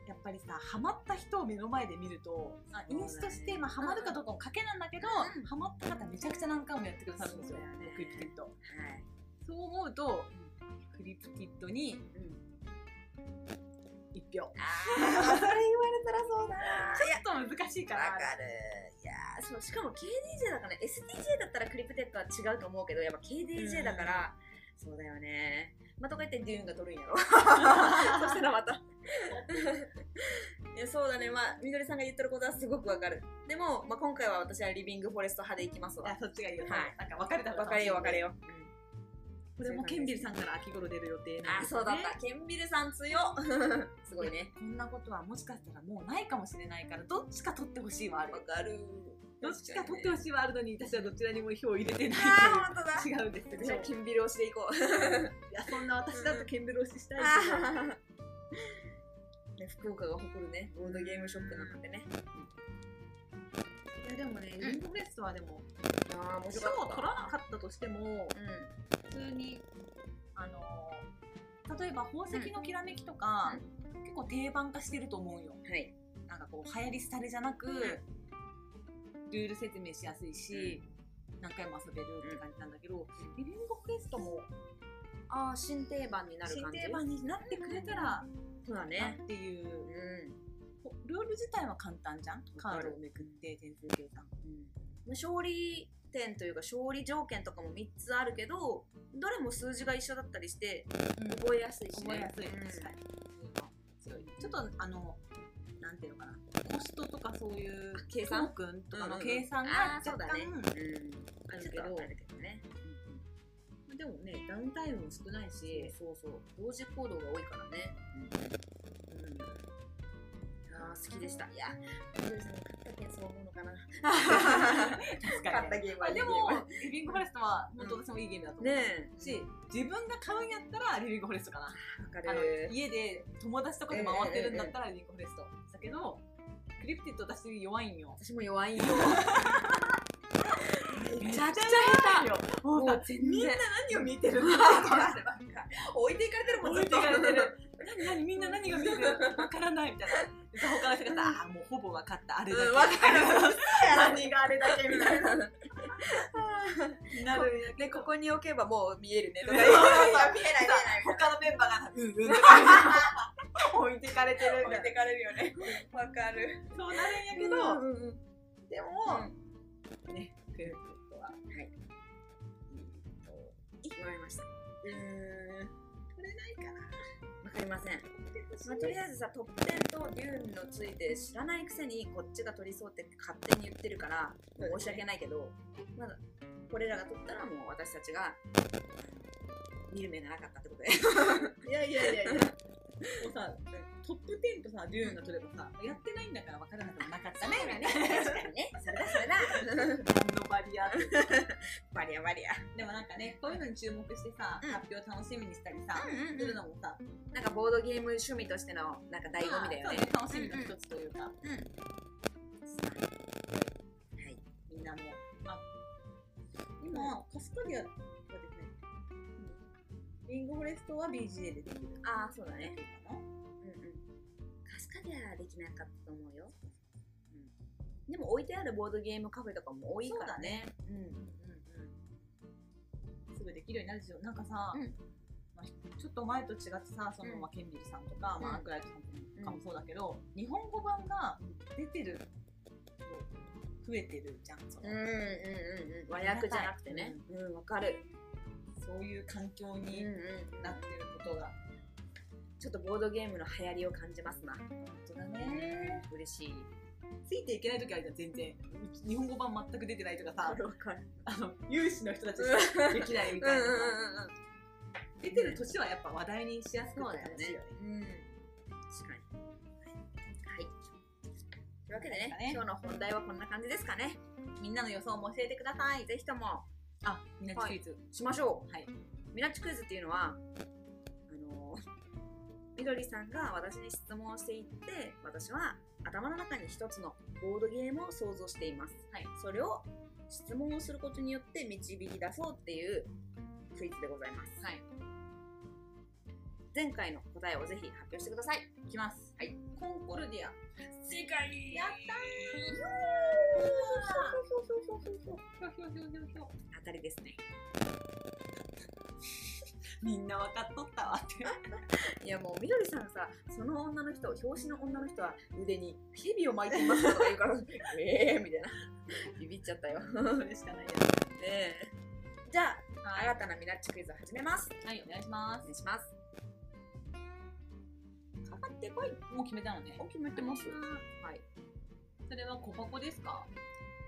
Speaker 2: やっぱりさハマった人を目の前で見るとあインストして、まあ、ハマるかどうかも賭けなんだけど、
Speaker 1: うん
Speaker 2: ハマった方めちゃくちゃ何回もやってくださるんですよ
Speaker 1: そうだよね
Speaker 2: クリプティット
Speaker 1: はい
Speaker 2: そう思うとクリプティットに
Speaker 1: うん
Speaker 2: 一票
Speaker 1: ああそれ言われたらそうだ
Speaker 2: ちょっと難しい
Speaker 1: いやわ
Speaker 2: から
Speaker 1: かるいやーそうしかも KDJ だからね SDJ だったらクリプテッドは違うと思うけどやっぱ KDJ だからそうだよねまあとか言ってデューンが取るんや ろそしたらまたいや そうだねまあみどりさんが言ってることはすごくわかるでも、まあ、今回は私はリビングフォレスト派でいきますわ
Speaker 2: あそっちがいいよ、
Speaker 1: はい
Speaker 2: なんか別れた
Speaker 1: 別れよう別れ
Speaker 2: よ
Speaker 1: よう、うん
Speaker 2: これもケンビルさんから秋頃出る予定なん
Speaker 1: あ、
Speaker 2: です
Speaker 1: そう
Speaker 2: よね
Speaker 1: だった。ケンビルさん強っ すごいね。
Speaker 2: こんなことはもしかしたらもうないかもしれないからどっちか取ってほしいはある
Speaker 1: かる。
Speaker 2: どっちか取ってほしいはあるのに私はどちらにも票を入れてない
Speaker 1: あー、本当だ
Speaker 2: と。いう違うんですけど
Speaker 1: じゃあ、ケンビル推しでいこう。
Speaker 2: いやそんな私だとケンベル推ししたいですよ
Speaker 1: ね、福岡が誇るね、ボードゲームショップなのでね。
Speaker 2: いやでもね、
Speaker 1: うん
Speaker 2: リンゴフレストはでも
Speaker 1: ああ、面
Speaker 2: 賞
Speaker 1: 白か
Speaker 2: を
Speaker 1: っ
Speaker 2: 取らなかったとしても
Speaker 1: た。うん。
Speaker 2: 普通にあのー例えば宝石のきらめきとか、結構定番化してると思うよ
Speaker 1: はい。
Speaker 2: なんかこう流行り廃れじゃなく、
Speaker 1: うん
Speaker 2: ルール説明しやすいし、何回も遊べるって感じなんだけど、リビングフレストも
Speaker 1: ああ、新定番になる
Speaker 2: 新
Speaker 1: 感じ。
Speaker 2: 定番になってくれたら
Speaker 1: そうだ
Speaker 2: なっ
Speaker 1: ね。。
Speaker 2: ていううん
Speaker 5: ほルール自体は簡単じゃんカ
Speaker 1: わか
Speaker 5: ー
Speaker 1: る
Speaker 5: ドをめくって点数計算
Speaker 1: 勝利点というか勝利条件とかも3つあるけどどれも数字が一緒だったりして覚えやすいしね
Speaker 2: 覚えやすい、
Speaker 1: うん
Speaker 2: 確かに、強いちょっとあのなんていうのかなコストとかそういう
Speaker 1: 計算
Speaker 2: トークンとか
Speaker 1: う
Speaker 2: の
Speaker 1: んうん
Speaker 2: 計算が
Speaker 1: あーそ
Speaker 2: 若
Speaker 1: うだ
Speaker 2: 干、
Speaker 1: ね
Speaker 2: あ
Speaker 1: ちょ
Speaker 2: る
Speaker 1: っ
Speaker 2: け
Speaker 1: と
Speaker 2: ど
Speaker 1: はあるけどね
Speaker 2: でもねダウンタイムも少ないし
Speaker 1: そうそう同時行動が多いからね
Speaker 2: うん
Speaker 1: あー好きでしたいやみどりさんに勝ったけんそう思うのかな
Speaker 2: 確
Speaker 1: 勝っ
Speaker 2: か
Speaker 1: た
Speaker 2: に
Speaker 1: ゲーム
Speaker 2: ま
Speaker 1: は
Speaker 2: あ
Speaker 1: いいゲー
Speaker 2: で
Speaker 1: ム
Speaker 2: もリビングフォレストは本当私もいいゲームだと思う、
Speaker 1: ね
Speaker 2: し自分が買うんやったらリビングフォレストかな
Speaker 1: えわか
Speaker 2: あの
Speaker 1: る
Speaker 2: 家で友達とかで回ってるんだったらリンクフォレストだけどクリプティッド私弱いんよ
Speaker 1: 私も弱 いよめちゃくちゃ下手
Speaker 2: よもうさ
Speaker 1: 全
Speaker 2: みんな何を 見てるの
Speaker 1: 置いていかれてるもん
Speaker 2: 置いてかれて る何何みんな何が見てるわからないみたいなで他の人がさあーもうほぼ分かったあれだけ、
Speaker 1: うんわかる
Speaker 2: 何があれだけみたいななるんやけ
Speaker 1: で
Speaker 2: ど
Speaker 1: ここに置けばもう見えるねとか
Speaker 2: そうそ
Speaker 1: 見
Speaker 2: う
Speaker 1: えない見えないみたいな
Speaker 2: 他のメンバーがうんうんとか 言う置いてかれてるみたいな
Speaker 1: かれるよねわかる
Speaker 2: そうなるん
Speaker 1: だ
Speaker 2: やけ
Speaker 1: け
Speaker 2: ど
Speaker 1: ど、
Speaker 2: で
Speaker 1: もう
Speaker 2: も、ねクリプティッドは
Speaker 1: はい言われました
Speaker 2: うーん取れないかな
Speaker 1: わかりません、まあ、と
Speaker 2: とり
Speaker 1: り
Speaker 2: あ
Speaker 1: あえずさトップ10とデューンのついて知らないくせにこっちが取りそうって勝手に言ってるからもう申し訳ないけどまだこれらが取ったらもう私たちが見る目がなかったってことで
Speaker 2: えず いやいやいやいやもうさトップ10とさデューンが取ればさやってないんだから分からなくもなかったねみたいな
Speaker 1: 確かにねそれだそれだ
Speaker 2: 何のバリア
Speaker 1: バリアバリア
Speaker 2: でもなんかねこういうのに注目してさ、
Speaker 1: うん
Speaker 2: 発表楽しみにしたりさ、
Speaker 1: うん
Speaker 2: するのもさ、
Speaker 1: なんかボードゲーム趣味としてのなんか醍醐味だよね
Speaker 2: まあそう楽しみの一つというか、
Speaker 1: うんはい
Speaker 2: みんなもあ今カスカリアができない、リンゴフォレストは BGA でできる
Speaker 1: ああそうだ
Speaker 2: や
Speaker 1: ね
Speaker 2: つかな
Speaker 1: うんうんカスカデアはできなかったと思うよ、うん、でも置いてあるボードゲームカフェとかも多いからねうんうん
Speaker 2: すぐできるようになるでしょなんかさ、
Speaker 1: うん
Speaker 2: まあ、ちょっと前と違ってさその、
Speaker 1: うん
Speaker 2: まあ、ケンビルさんとか、
Speaker 1: うん
Speaker 2: まあ、アンクライトさんとかもそうだけど、日本語版が出てる増えてるじゃんその、
Speaker 1: うんうんうんうんうん和訳じゃなくてねうんわかる
Speaker 2: そういう環境
Speaker 1: うん
Speaker 2: に
Speaker 1: うん
Speaker 2: なってることが、
Speaker 1: ちょっとボードゲームの流行りを感じますな
Speaker 2: 本当だね
Speaker 1: 嬉しい
Speaker 2: ついていけない時あるじゃん全然日本語版全く出てないとかさ
Speaker 1: わかる
Speaker 2: あの有志の人たちしかできないみ
Speaker 1: うんう
Speaker 2: た
Speaker 1: んう
Speaker 2: いなさ
Speaker 1: んうん
Speaker 2: 出てる年はやっぱ話題にしやすくて楽しいよね
Speaker 1: うん。確かに。はい。というわけでね
Speaker 2: ね、
Speaker 1: 今日の本題はこんな感じですかね。
Speaker 2: みんなの予想も教えてください
Speaker 1: はい。ぜひとも、
Speaker 2: あみんなクイズ、
Speaker 1: しましょう。
Speaker 2: はい。
Speaker 1: ミナッチクイズっていうのは、あのー、 みどりさんが私に質問をしていって、私は頭の中に一つのボードゲームを想像しています。
Speaker 2: はい。
Speaker 1: それを質問をすることによって導き出そうっていうクイズでございます。
Speaker 2: はい
Speaker 1: 前回の答えをぜひ発表してください。
Speaker 2: いきます。
Speaker 1: はい。
Speaker 2: コンコルディア。
Speaker 1: 正解
Speaker 2: やったーひょひょひょひょひょ
Speaker 1: 当たりですね。
Speaker 2: みんな分かっとったわって。
Speaker 1: いやもうみどりさんさ、その女の人、表紙の女の人は腕に蛇を巻いていますとか言うから、 ええみたいな。ビビっちゃったよ。
Speaker 2: それしかないや
Speaker 1: ええじゃあ、
Speaker 2: は
Speaker 1: 新たなミラッチクイズを始めます。
Speaker 2: い。はい、お願いしま
Speaker 1: お願いします。
Speaker 2: す。かかってこい。もう決めたのね。
Speaker 1: 決めてますはい。
Speaker 2: それは小箱ですか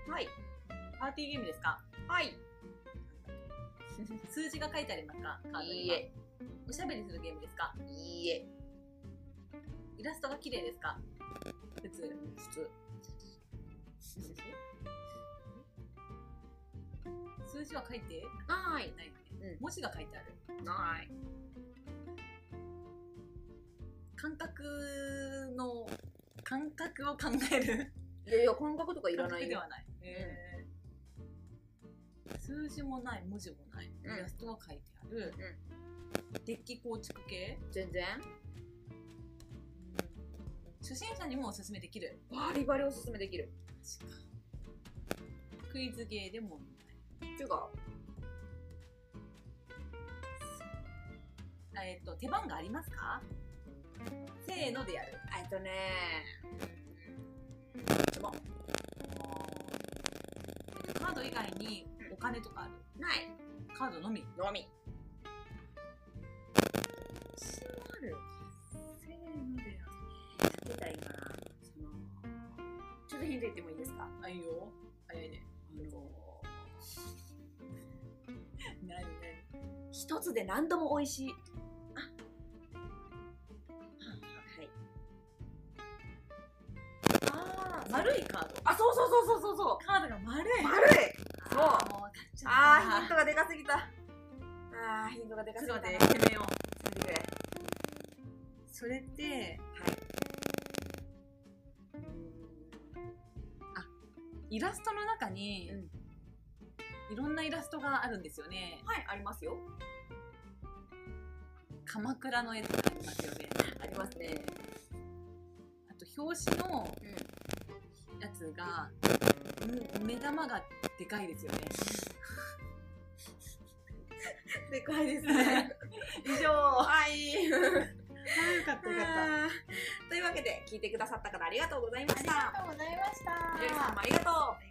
Speaker 1: はい。
Speaker 2: パーティーゲームですか
Speaker 1: はい。
Speaker 2: 数字が書いてありますかカード
Speaker 1: い
Speaker 2: には。
Speaker 1: いえ。
Speaker 2: おしゃべりするゲームですか
Speaker 1: いいえ。
Speaker 2: イラストが綺麗ですか普通。
Speaker 1: 普通。
Speaker 2: 数字は書いて
Speaker 1: ない。
Speaker 2: ないよね。
Speaker 1: うん
Speaker 2: 文字が書いてある。
Speaker 1: ない。
Speaker 2: 感覚の、感覚を考える。
Speaker 1: いやいや、感覚とかいら
Speaker 2: 感
Speaker 1: な
Speaker 2: 覚
Speaker 1: い
Speaker 2: で
Speaker 1: よ。
Speaker 2: はない。数字もない、文字もない、
Speaker 1: うん
Speaker 2: イラストが書いてある、デッキ構築系、
Speaker 1: 全然。
Speaker 2: 初心者にもおすすめできる。
Speaker 1: バリバリおすすめできる。
Speaker 2: クイズゲーで
Speaker 1: っ
Speaker 2: も
Speaker 1: ていうか、
Speaker 2: ない。あえっと、手番がありますかせーのでやる。
Speaker 1: えっとね質問
Speaker 2: えっとカード以外にお金とかある。
Speaker 1: ない
Speaker 2: カードのみ。
Speaker 1: のみ質問ある
Speaker 2: せーので
Speaker 1: や
Speaker 2: やる。
Speaker 1: ってたらいいかなそのちょっとヒント言ってもいいですか
Speaker 2: あ、いいよ。早いね。
Speaker 1: あの
Speaker 2: なになに
Speaker 1: 一つで何度も美味しいあはいあー
Speaker 2: 丸いカード。
Speaker 1: あそうそうそうそうそうそう
Speaker 2: カードが丸い。
Speaker 1: 丸いそう
Speaker 2: あーもう買っちゃった。
Speaker 1: あーヒントがでかすぎたあーヒントがでかす
Speaker 2: ち
Speaker 1: ぎ
Speaker 2: ょ
Speaker 1: た
Speaker 2: っと待って、
Speaker 1: な
Speaker 2: 決めよう。
Speaker 1: 見てくれはい
Speaker 2: それって、イラストの中に、いろんなイラストがあるんですよね。
Speaker 1: はいありますよ
Speaker 2: 鎌倉の絵とかありますよね。
Speaker 1: ありますね
Speaker 2: あと、表紙の
Speaker 1: うん
Speaker 2: やつが、うん目玉がでかいですよね。
Speaker 1: でかいですね 以上はい
Speaker 2: よかっ
Speaker 1: あーというわけで聞いてくださった方ありがとうございま
Speaker 2: あ
Speaker 1: し
Speaker 2: り
Speaker 1: た
Speaker 2: がとうございました。
Speaker 1: ゆりさんもありがとう